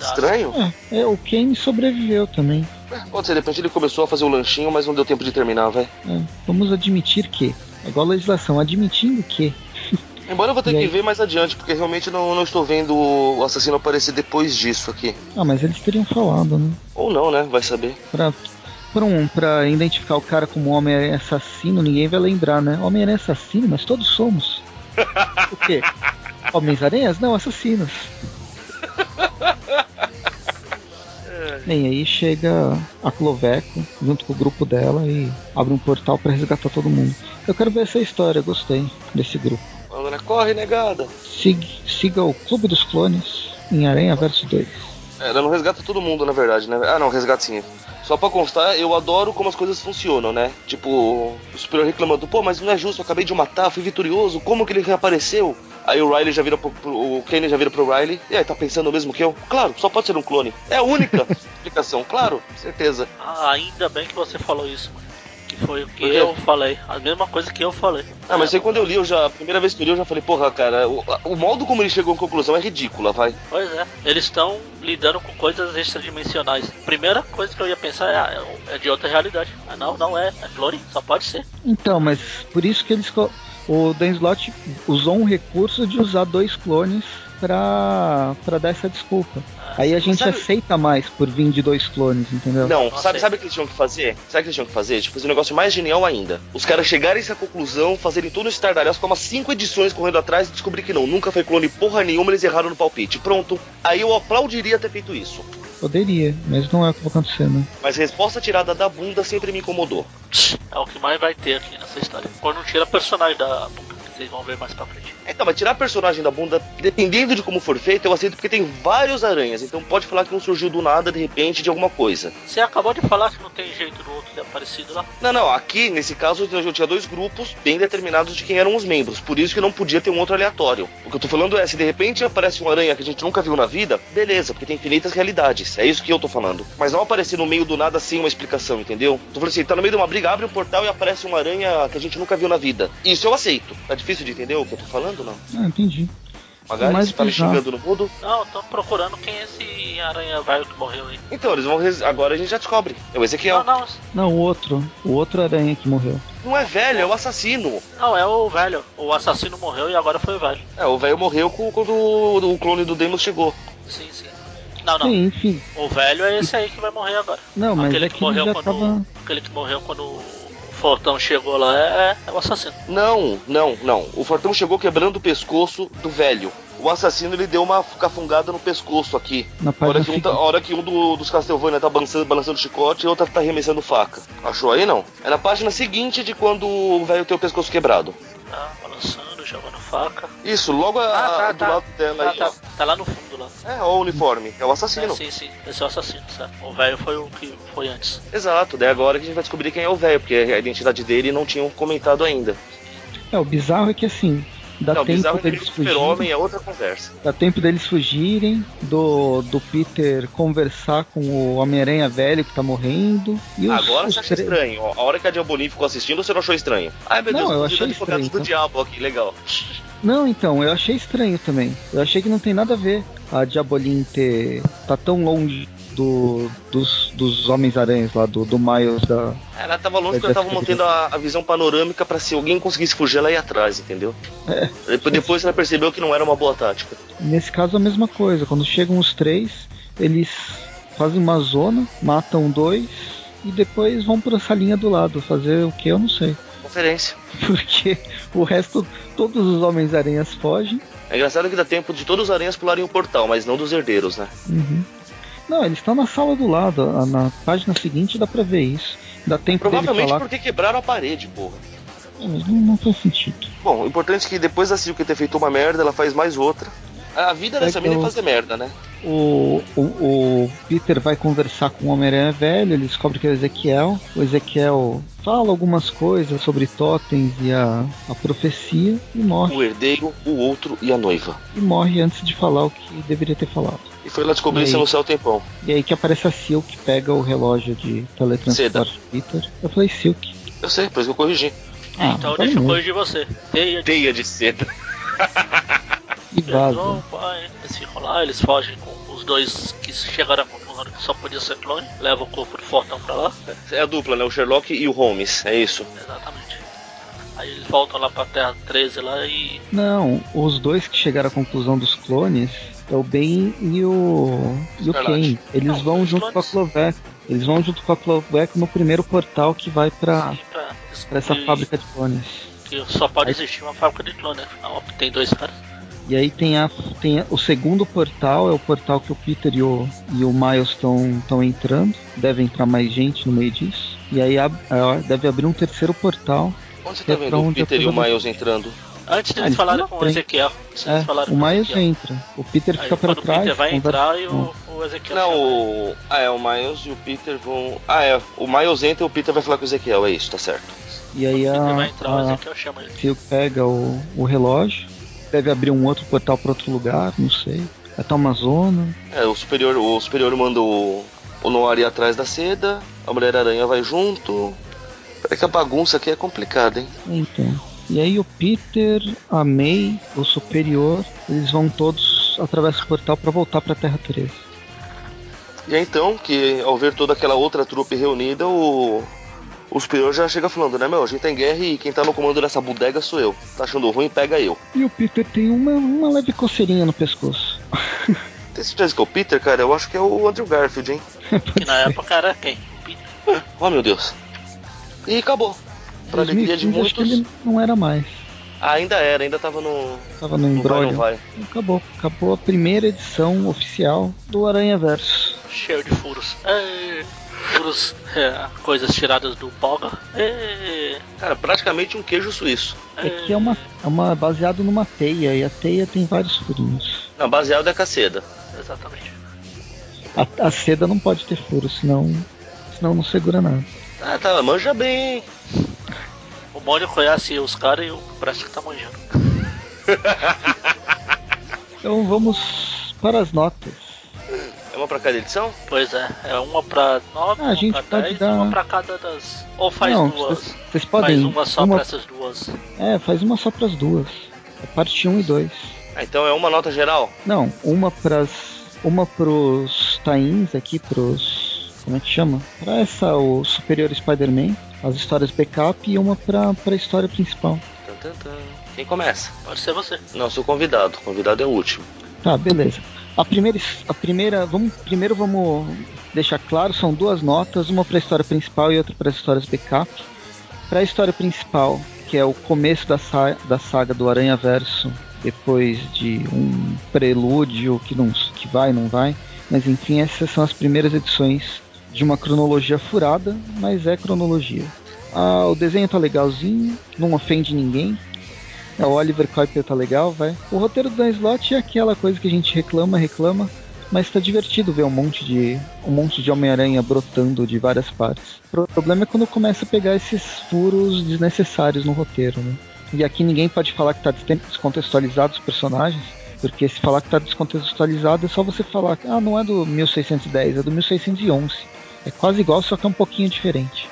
S3: Dá.
S4: Estranho?
S2: É, é, o Kane sobreviveu também.
S4: É, Pode ser, de repente ele começou a fazer o lanchinho, mas não deu tempo de terminar, velho.
S2: É, vamos admitir que. É igual a legislação, admitindo que.
S4: Embora eu vou ter
S2: E
S4: que
S2: aí?
S4: ver mais adiante, porque realmente não, não estou vendo o assassino aparecer depois disso aqui.
S2: Ah, mas eles teriam falado, né?
S4: Ou não, né? Vai saber.
S2: Pra, pra, um, pra identificar o cara como homem assassino, ninguém vai lembrar, né? Homem assassino, mas é todos somos. O quê? Homens-Aranhas? Não, assassinos. Bem, aí chega a Cloveco junto com o grupo dela e abre um portal pra resgatar todo mundo. Eu quero ver essa história, eu gostei desse grupo.
S4: Agora corre, negada.
S2: Sig- siga o Clube dos Clones em Aranha Verso 2.
S4: É, Ela não resgata todo mundo, na verdade, né? Ah, não, resgata sim. Só pra constar, eu adoro como as coisas funcionam, né? Tipo, o superior reclamando, pô, mas não é justo, eu acabei de matar, fui vitorioso, como que ele reapareceu? Aí o Riley já vira pro, pro- O Kenny já vira pro Riley. E aí, tá pensando o mesmo que eu? Claro, só pode ser um clone. É a única explicação, claro, certeza.
S3: Ah, ainda bem que você falou isso, mano. Que foi o que
S4: Por quê?
S3: eu falei. A mesma coisa que eu falei.
S4: Ah, mas aí quando eu li, eu já. A primeira vez que eu li, eu já falei, porra, cara, o, o modo como ele chegou à conclusão é ridícula, vai.
S3: Pois é, eles estão lidando com coisas extradimensionais. Primeira coisa que eu ia pensar é, ah, é de outra realidade. Ah, não, não é. É clone, só pode ser.
S2: Então, mas por isso que eles. co- O Dan Slott usou um recurso de usar dois clones pra, pra dar essa desculpa. Aí a gente
S4: sabe-
S2: aceita mais por vir de dois clones, entendeu?
S4: Não,
S3: Nossa,
S4: sabe,
S3: é.
S4: sabe o que eles tinham que fazer? Sabe o que eles tinham que fazer? Tipo, fazer um negócio mais genial ainda. Os caras chegarem a essa conclusão, fazerem todo esse estardalhaço, com umas cinco edições correndo atrás e descobrir que não, nunca foi clone porra nenhuma, eles erraram no palpite. Pronto. Aí eu aplaudiria ter feito isso.
S2: Poderia, mas não é o que vai acontecer, né?
S4: Mas resposta tirada da bunda sempre me incomodou.
S3: É o que mais vai ter aqui nessa história. Quando tira personagem da boca, que vocês vão ver mais pra frente.
S4: Então, mas tirar personagem da bunda, dependendo de como for feito, eu aceito porque tem vários aranhas. Então pode falar que não surgiu do nada, de repente, de alguma coisa.
S3: Você acabou de falar que não tem jeito do outro ter aparecido lá.
S4: Não, não, aqui, nesse caso, eu tinha dois grupos bem determinados de quem eram os membros, por isso que não podia ter um outro aleatório. O que eu tô falando é, se de repente aparece um aranha que a gente nunca viu na vida, beleza, porque tem infinitas realidades, é isso que eu tô falando. Mas não aparecer no meio do nada sem uma explicação, entendeu? Tô falando assim, tá no meio de uma briga, abre um portal e aparece um aranha que a gente nunca viu na vida. Isso eu aceito. Tá difícil de entender o que eu tô falando, não?
S2: Ah, entendi.
S4: Magari,
S2: Mas
S4: você tá me
S2: bizarro.
S4: xingando no mundo?
S3: Não, estão procurando quem é esse aranha velho que morreu aí.
S4: Então, eles vão... res- Agora a gente já descobre. É o Ezequiel.
S3: Não, não,
S2: Não, o outro. O outro aranha que morreu.
S4: Não é velho, é o assassino.
S3: não, é o velho. O assassino morreu e agora foi o velho.
S4: É, o velho morreu com- quando o o clone do Demos chegou.
S3: Sim, sim.
S4: Ah,
S3: Não, não.
S2: Sim, enfim.
S3: O velho é esse aí que vai morrer agora.
S2: Não, mas
S3: aquele
S2: é
S3: que,
S2: que ele
S3: morreu
S2: já
S3: quando.
S2: tava.
S3: Aquele que morreu quando o Fortão chegou lá é, é o assassino.
S4: Não, não, não. O Fortão chegou quebrando o pescoço do velho. O assassino ele deu uma cafungada no pescoço aqui.
S2: Na
S4: A hora
S2: página
S4: que um, tá- a hora que um do- dos Castlevania tá balançando, balançando chicote e o outro tá arremessando faca. Achou aí não? É na página seguinte de quando o velho tem o pescoço quebrado.
S3: Tá balançando, jogando faca.
S4: Isso, logo a-
S3: Ah, tá,
S4: do
S3: tá.
S4: lado dela
S3: Tá,
S4: aí.
S3: tá,
S4: ó.
S3: tá lá no fundo lá.
S4: É, ó, o uniforme. É o
S3: É,
S4: assassino.
S3: sim, sim. Esse é o assassino, certo? O velho foi o que foi antes.
S4: Exato, daí agora que a gente vai descobrir quem é o velho, porque a identidade dele não tinham comentado ainda.
S2: É, o bizarro é que assim, dá
S4: não, bizarro
S2: tempo
S4: é que ele é
S2: deles
S4: o
S2: fugirem.
S4: super-homem, é outra conversa.
S2: Dá tempo deles fugirem, do, do Peter conversar com o Homem-Aranha velho que tá morrendo. E os,
S4: Agora
S2: os
S4: você acha
S2: três-
S4: estranho. ó. A hora que a Diabolinha ficou assistindo, você não achou estranho? Ai, meu
S2: Não,
S4: Deus,
S2: eu
S4: tô
S2: achei
S4: de advogados
S2: estranho, então.
S4: do diabo aqui, legal.
S2: Não, então, eu achei estranho também. Eu achei que não tem nada a ver a Diabolim ter. tá tão longe do, dos, dos Homens-Aranhas lá, do, do Miles da.
S4: Ela tava longe
S2: Mas é
S4: porque
S2: deve
S4: ela tava
S2: ter
S4: mantendo a, a visão panorâmica pra se alguém conseguisse fugir, ela ia atrás, entendeu?
S2: É.
S4: Depo- Depois ela percebeu que não era uma boa tática.
S2: Nesse caso a mesma coisa. Quando chegam os três, eles fazem uma zona, matam dois e depois vão pra salinha do lado fazer o que eu não sei.
S4: Conferência.
S2: Porque o resto, todos os Homens-Aranhas fogem.
S4: É engraçado que dá tempo de todos os aranhas pularem o portal, mas não dos herdeiros, né?
S2: Uhum. Não, eles estão na sala do lado. a- Na página seguinte dá pra ver isso. Dá tempo dele
S4: Provavelmente
S2: falar.
S4: porque quebraram a parede, porra.
S2: É, mas Não, não faz sentido.
S4: Bom, o importante é que depois da Silke ter feito uma merda, ela faz mais outra. A vida dessa
S2: Legal.
S4: mina é fazer merda, né?
S2: O, o, o Peter vai conversar com o Homem-Aranha velho, ele descobre que é o Ezequiel. O Ezequiel fala algumas coisas sobre totens e a, a profecia e morre.
S4: O herdeiro, o outro e a noiva.
S2: E morre antes de falar o que deveria ter falado.
S4: E foi lá descobrir
S2: E aí?
S4: isso no céu tempão.
S2: E aí que aparece a Silk, pega o relógio de teletransporte do Peter. Eu falei, Silk.
S4: Eu sei, por isso que eu corrigi.
S2: Ah,
S3: então
S2: não
S3: deixa eu
S2: tá
S3: corrigir você. Teia de
S4: teia de seda.
S2: e vaza.
S3: Pedrão, pai, eles ficam lá, eles fogem com os dois que chegaram à conclusão de que só podia ser clone, leva o corpo do Fortão pra lá.
S4: É a dupla, né? O Sherlock e o Holmes, é isso.
S3: Exatamente. Aí eles voltam lá pra Terra 13 lá e.
S2: Não, os dois que chegaram à conclusão dos clones é o Ben e o. e o
S4: Escarlate.
S2: Ken. Eles
S3: Não,
S2: vão
S3: os
S2: junto
S3: clones-
S2: com a Cloveco. Eles vão junto com a Cloveco no primeiro portal que vai pra,
S3: pra
S2: Tá. pra essa
S3: descobrir
S2: fábrica de clones.
S3: que só pode existir uma fábrica de clone, né? afinal tem dois caras.
S2: E aí tem, a, tem a- o segundo portal, é o portal que o Peter e o, e o Miles estão entrando. Deve entrar mais gente no meio disso. E aí ab- é, deve abrir um terceiro portal.
S4: Onde você
S2: É
S4: tá
S2: pra
S4: vendo o
S2: onde eu
S4: Peter e
S2: tô
S4: o
S2: dando-
S4: Miles entrando?
S3: Antes
S2: Ah,
S3: deles
S2: eles
S3: falarem
S2: estão na
S3: com o Ezequiel, antes deles
S2: É,
S3: falarem
S2: o
S3: com
S2: Miles
S3: Ezequiel.
S2: entra. O Peter
S3: Aí
S2: fica pra
S3: quando o
S2: trás.
S3: Peter vai entrar
S2: conversa
S3: e
S2: com-
S3: o, o Ezequiel.
S4: Não,
S3: chega.
S4: o... Ah, é, o Miles e o Peter vão... Ah, é, o Miles entra e o Peter vai falar com o Ezequiel, é isso, tá certo.
S2: E aí a,
S3: Quando o Peter vai entrar, o
S2: a
S3: Ezequiel chama ele.
S2: Phil pega o, o relógio. Deve abrir um outro portal pra outro lugar, não sei. Vai tá uma zona.
S4: É, o superior, o superior manda o, o Noir ir atrás da seda, a Mulher-Aranha vai junto... É que a bagunça aqui é complicada, hein?
S2: Então. E aí o Peter, a May, o Superior, eles vão todos através do portal pra voltar pra Terra 13.
S4: E é então que, ao ver toda aquela outra trupe reunida, o... O superior já chega falando, né, meu? A gente tá em guerra e quem tá no comando dessa bodega sou eu. Tá achando ruim, pega eu.
S2: E o Peter tem uma, uma leve coceirinha no pescoço.
S4: Tem certeza que é o Peter, cara? Eu acho que é o Andrew Garfield, hein?
S3: Que na época era quem? O Peter.
S4: Oh, meu Deus. E acabou. Pra alegria de
S2: 2015, acho que
S4: muitos.
S2: ele não era mais.
S4: Ah, ainda era, ainda tava no.
S2: Tava no
S4: No vai, não
S2: embrolho.
S4: vai.
S2: Acabou. Acabou a primeira edição oficial do Aranha Verso.
S3: Cheio de furos. É, furos, é, coisas tiradas do Boga. É,
S4: Cara, praticamente um queijo suíço.
S2: É que é uma, é uma baseado numa teia e a teia tem vários furinhos.
S4: Não, baseado é caceda.
S3: Exatamente.
S2: A, a seda não pode ter furo, senão, senão não segura nada.
S4: Ah, tá, manja bem. hein?
S3: O Mônio conhece os caras e o parece que tá manjando.
S2: Então vamos para as notas.
S4: É uma pra cada edição?
S3: Pois é, é uma pra nove,
S2: Ah, a
S3: uma
S2: gente
S3: pra
S2: pode
S3: dez,
S2: dar-
S3: uma pra cada das. Ou faz
S2: não,
S3: duas.
S2: vocês- vocês podem.
S3: faz uma só pra essas duas.
S2: É, faz uma só para as duas. É parte 1 e 2.
S4: Ah, então é uma nota geral?
S2: Não, uma pras. Uma pros Tains aqui, pros. Como é que chama? Pra essa, o Superior Spider-Man, as histórias backup e uma pra, pra história principal.
S4: Tan, tan, tan. Quem começa?
S3: Pode ser você.
S4: Não, sou convidado. Convidado é o último.
S2: Tá, beleza. A primeira, a primeira, vamos, primeiro vamos deixar claro, são duas notas, uma para a história principal e outra para as histórias backup. Para a história principal, que é o começo da, sa da saga do Aranha Verso, depois de um prelúdio que não que vai, não vai, mas enfim, essas são as primeiras edições de uma cronologia furada, mas é cronologia. Ah, o desenho tá legalzinho, não ofende ninguém, é, o Oliver Kuiper tá legal, vai. O roteiro do Dan Slott é aquela coisa que a gente reclama, reclama, mas tá divertido ver um monte de um monte de Homem-Aranha brotando de várias partes. O problema é quando começa a pegar esses furos desnecessários no roteiro, né? E aqui ninguém pode falar que tá destem- descontextualizado os personagens, porque se falar que tá descontextualizado é só você falar que ah, não é do 1610, é do 1611. É quase igual, só que é um pouquinho diferente.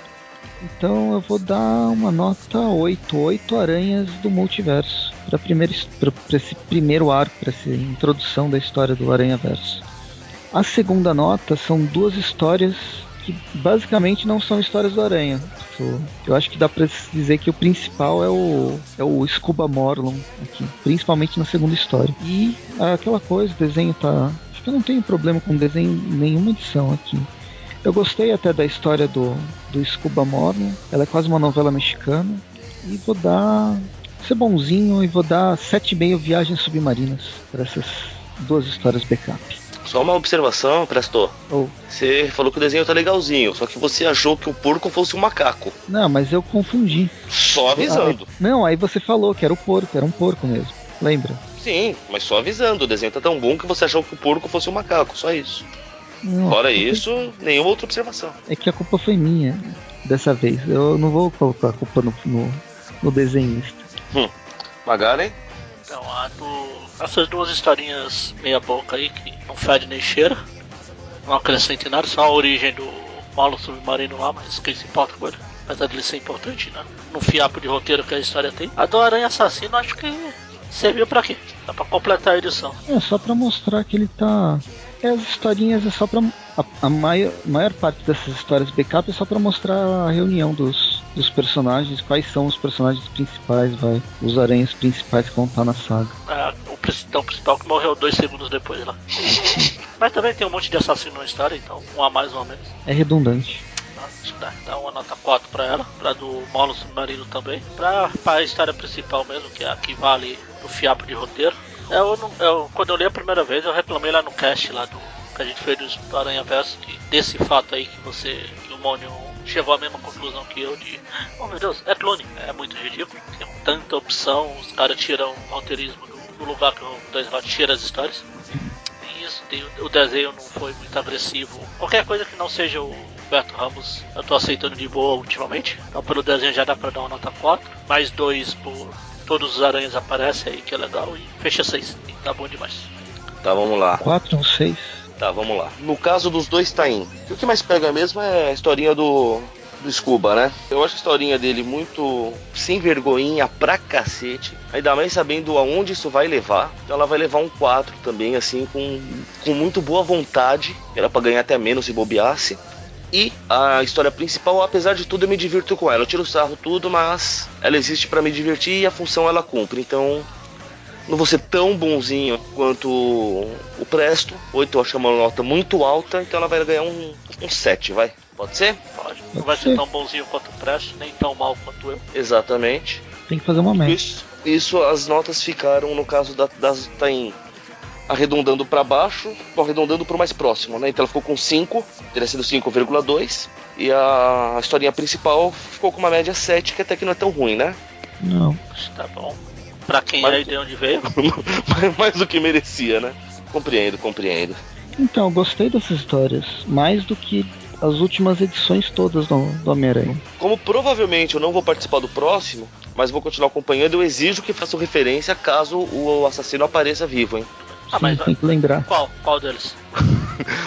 S2: Então eu vou dar uma nota 8, 8 aranhas do multiverso para primeiro pra, pra esse primeiro arco, para essa introdução da história do Aranha Verso. A segunda nota são duas histórias que basicamente não são histórias do Aranha. Tipo, Eu acho que dá para dizer que o principal é o é o Scuba Morlon aqui, principalmente na segunda história. E ah, aquela coisa, o desenho tá, acho que eu não tenho problema com desenho em nenhuma edição aqui. Eu gostei até da história do, do Scuba Mormon. Ela é quase uma novela mexicana. E vou dar. Vou ser bonzinho e vou dar 7,5 viagens submarinas para essas duas histórias backup.
S4: Só uma observação, Prestor.
S2: Ou.
S4: Você falou que o desenho tá legalzinho, só que você achou que o porco fosse um macaco.
S2: Não, mas eu confundi.
S4: Só avisando.
S2: Ah, Não, aí você falou que era o porco, era um porco mesmo. Lembra?
S4: Sim, mas só avisando, o desenho tá tão bom que você achou que o porco fosse um macaco, só isso.
S2: Não,
S4: Fora
S2: a culpa-
S4: isso, nenhuma outra observação.
S2: É que a culpa foi minha dessa vez. Eu não vou colocar a culpa no, no, no desenhista.
S4: Magaren?
S3: Então, a do... essas duas historinhas meia boca aí, que não fede nem cheira, não acrescenta em nada, só a origem do Paulo Submarino lá, mas quem se importa com ele? Apesar dele ser importante, né? No fiapo de roteiro que a história tem. A do Aranha Assassino, acho que serviu pra quê? Só pra completar a edição.
S2: É só pra mostrar que ele tá. É, as historinhas é só pra. A, a maior, maior parte dessas histórias backup é só pra mostrar a reunião dos, dos personagens, quais são os personagens principais, vai. Os aranhas principais que vão estar na saga.
S3: Ah, o principal, principal que morreu dois segundos depois lá. Mas também tem um monte de assassino na história, então um a mais, um a menos.
S2: É redundante.
S3: Ah, acho que dá, dá uma nota 4 pra ela, pra do Molo Submarino também. Pra, pra história principal mesmo, que é a que vale do fiapo de roteiro. É, Eu, não- eu- quando eu li a primeira vez, eu reclamei lá no cast lá do que a gente fez do Aranha Verso, que desse fato aí que você, que o Mônio chegou à mesma conclusão que eu de, oh meu Deus, é clone, é muito ridículo, tem tanta opção, os caras tiram o roteirismo do, do lugar que o Dois Ratos tira as histórias. Tem isso, tem, o- o desenho não foi muito agressivo. Qualquer coisa que não seja o Humberto Ramos, eu tô aceitando de boa ultimamente. Então pelo desenho já dá pra dar uma nota 4, mais 2 por todos os aranhas aparecem aí, que é legal, e fecha 6. Tá bom demais.
S4: Tá, vamos lá.
S2: 4 ou 6?
S4: Tá, vamos lá. No caso dos dois Taim, o que mais pega mesmo é a historinha do, do Scuba, né? Eu acho a historinha dele muito sem vergonhinha pra cacete. Ainda mais sabendo aonde isso vai levar. Ela vai levar um 4 também, assim, com, com muito boa vontade. Era pra ganhar até menos se bobeasse. E a história principal, apesar de tudo, eu me divirto com ela. Eu tiro sarro tudo, mas ela existe pra me divertir e a função ela cumpre. Então, não vou ser tão bonzinho quanto o Presto. 8 eu acho que é uma nota muito alta, então ela vai ganhar um, um 7, vai? Pode ser?
S3: Pode. Não vai ser tão bonzinho quanto o Presto, nem tão mal quanto eu.
S4: Exatamente.
S2: Tem que fazer uma média.
S4: Isso, isso as notas ficaram, no caso da, das Taim, arredondando para baixo, ou arredondando para o mais próximo, né? Então ela ficou com 5, teria sido 5,2. E a historinha principal ficou com uma média 7, que até que não é tão ruim, né?
S2: Não.
S3: Isso tá bom. Pra quem
S4: Mas-
S3: aí de onde veio,
S4: Mais- Mais do que merecia, né? Compreendo, compreendo.
S2: Então, eu gostei dessas histórias. Mais do que as últimas edições todas do, do Homem-Aranha.
S4: Como provavelmente eu não vou participar do próximo, mas vou continuar acompanhando, eu exijo que façam referência caso o assassino apareça vivo, hein?
S3: Ah, mas
S2: Sim, tem que lembrar.
S3: qual? Qual deles?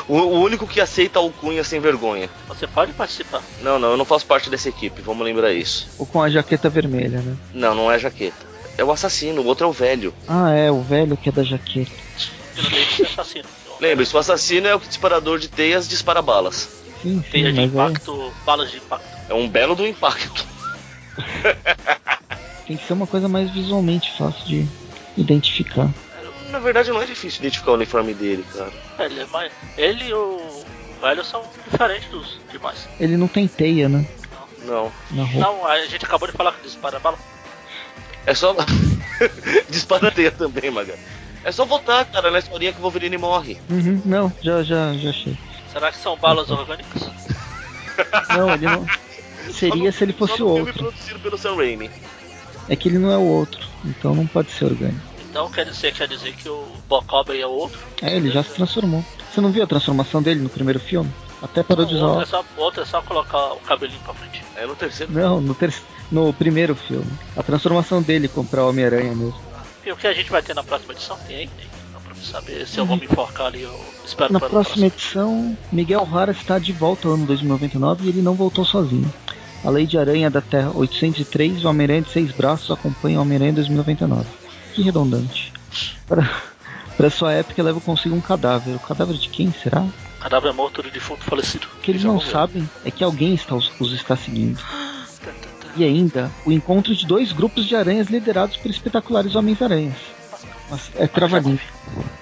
S4: O, o único que aceita alcunha sem vergonha.
S3: Você pode participar.
S4: Não, não, eu não faço parte dessa equipe, vamos lembrar isso.
S2: Ou com a jaqueta vermelha, né?
S4: Não, não é a jaqueta. É o assassino, o outro é o velho.
S2: Ah, é, o velho que é da jaqueta.
S3: Finalmente assassino. Então,
S4: Lembre-se, o assassino é o disparador de teias dispara balas.
S2: Sim,
S3: Teia
S2: sim,
S3: de
S2: mas
S3: impacto, balas de impacto.
S4: É um belo do impacto.
S2: é, tem que ser uma coisa mais visualmente fácil de identificar.
S4: Na verdade, não é difícil identificar o uniforme dele, cara.
S3: Ele, é mais... ele e o o velho são diferentes dos demais.
S2: Ele não tem teia, né?
S4: Não.
S2: Na roupa.
S3: Não, a gente acabou de falar que dispara bala.
S4: É só. dispara teia também, Maga. É só votar, cara, na historinha que o Wolverine morre.
S2: Uhum, não, já, já, já achei.
S3: Será que são balas orgânicas?
S2: Não, ele não. Seria se ele
S4: Só
S2: fosse o
S4: no filme
S2: outro.
S4: produzido pelo Sam Raimi.
S2: É que ele não é o outro, então não pode ser orgânico.
S3: Então quer dizer, quer dizer que o Bocobre é o outro?
S2: É, ele já se transformou. Você não viu a transformação dele no primeiro filme? Até
S3: O outro, é
S2: parodizar.
S3: só, o outro é só colocar o cabelinho pra frente.
S4: É no terceiro.
S2: Não, no, ter... no primeiro filme. A transformação dele comprar o Homem-Aranha mesmo.
S3: E o que a gente vai ter na próxima edição? Tem aí? Tem. Dá pra saber se eu vou me enforcar ali, eu
S4: Tá
S3: espero
S2: Na
S3: pela
S2: próxima edição, Miguel Rara está de volta ao ano 2099 e ele não voltou sozinho. A Lei de Aranha da Terra 803, o Homem-Aranha de Seis Braços acompanha o Homem-Aranha 2099. Que redundante. Para, para sua época, leva consigo um cadáver. O cadáver de quem será?
S3: Cadáver morto do defunto falecido.
S2: O que eles
S4: Já
S2: não
S4: morreu.
S2: sabem é que alguém está os, os está seguindo.
S3: Tá, tá, tá.
S2: E ainda, o encontro de dois grupos de aranhas liderados por espetaculares Homens-Aranhas. Mas é travadinho.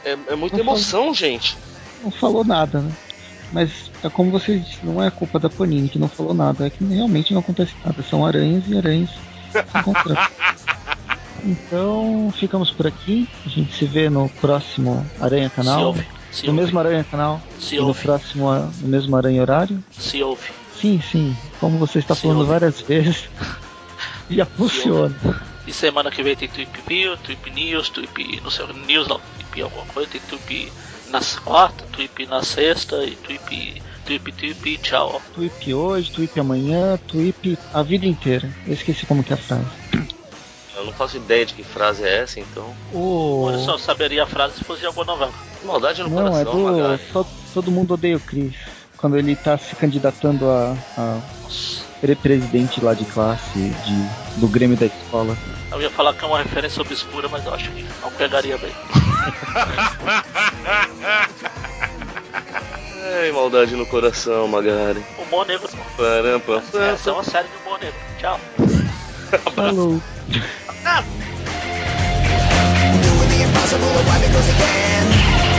S4: É, é muita emoção, gente.
S2: não falou nada, né? Mas é como você disse, não é a culpa da Panini que não falou nada, é que realmente não acontece nada, são aranhas e aranhas se encontrando. Então ficamos por aqui, a gente se vê no próximo Aranha
S3: Se
S2: Canal,
S3: ouve. Se
S2: no
S3: ouve.
S2: mesmo Aranha Canal
S3: Se
S2: e no
S3: ouve.
S2: próximo a- no mesmo Aranha Horário.
S3: Se ouve.
S2: Sim, sim, como você está
S3: Se
S2: falando
S3: ouve.
S2: várias vezes, já funciona.
S3: E semana que vem tem Tweep Bio, Tweep News, Tweep. Não sei, News não. Tweep alguma coisa. Tem Tweep nas quarta, Tweep na sexta e Tweep. Tweep, Tweep, tchau.
S2: Tweep hoje, tweep amanhã, tweep a vida inteira. Eu esqueci como que é a frase.
S4: Eu não faço ideia de que frase é essa, então.
S2: O...
S3: Eu só saberia a frase se fosse de alguma novela.
S4: Maldade no
S2: Não, é
S4: coração,
S2: do.
S4: Magali.
S2: to- todo mundo odeia o Chris. Quando ele tá se candidatando a, a
S3: Nossa.
S2: pre- presidente lá de classe, de, do Grêmio da escola.
S3: Eu ia falar que é uma referência obscura, mas eu acho que não pegaria bem.
S4: Ai, maldade no coração, Magari.
S3: Humor negro, pô.
S4: Param, pam, pam.
S3: Essa é uma série de humor negro. Tchau.
S2: Falou.
S1: impossible, why? Because it can.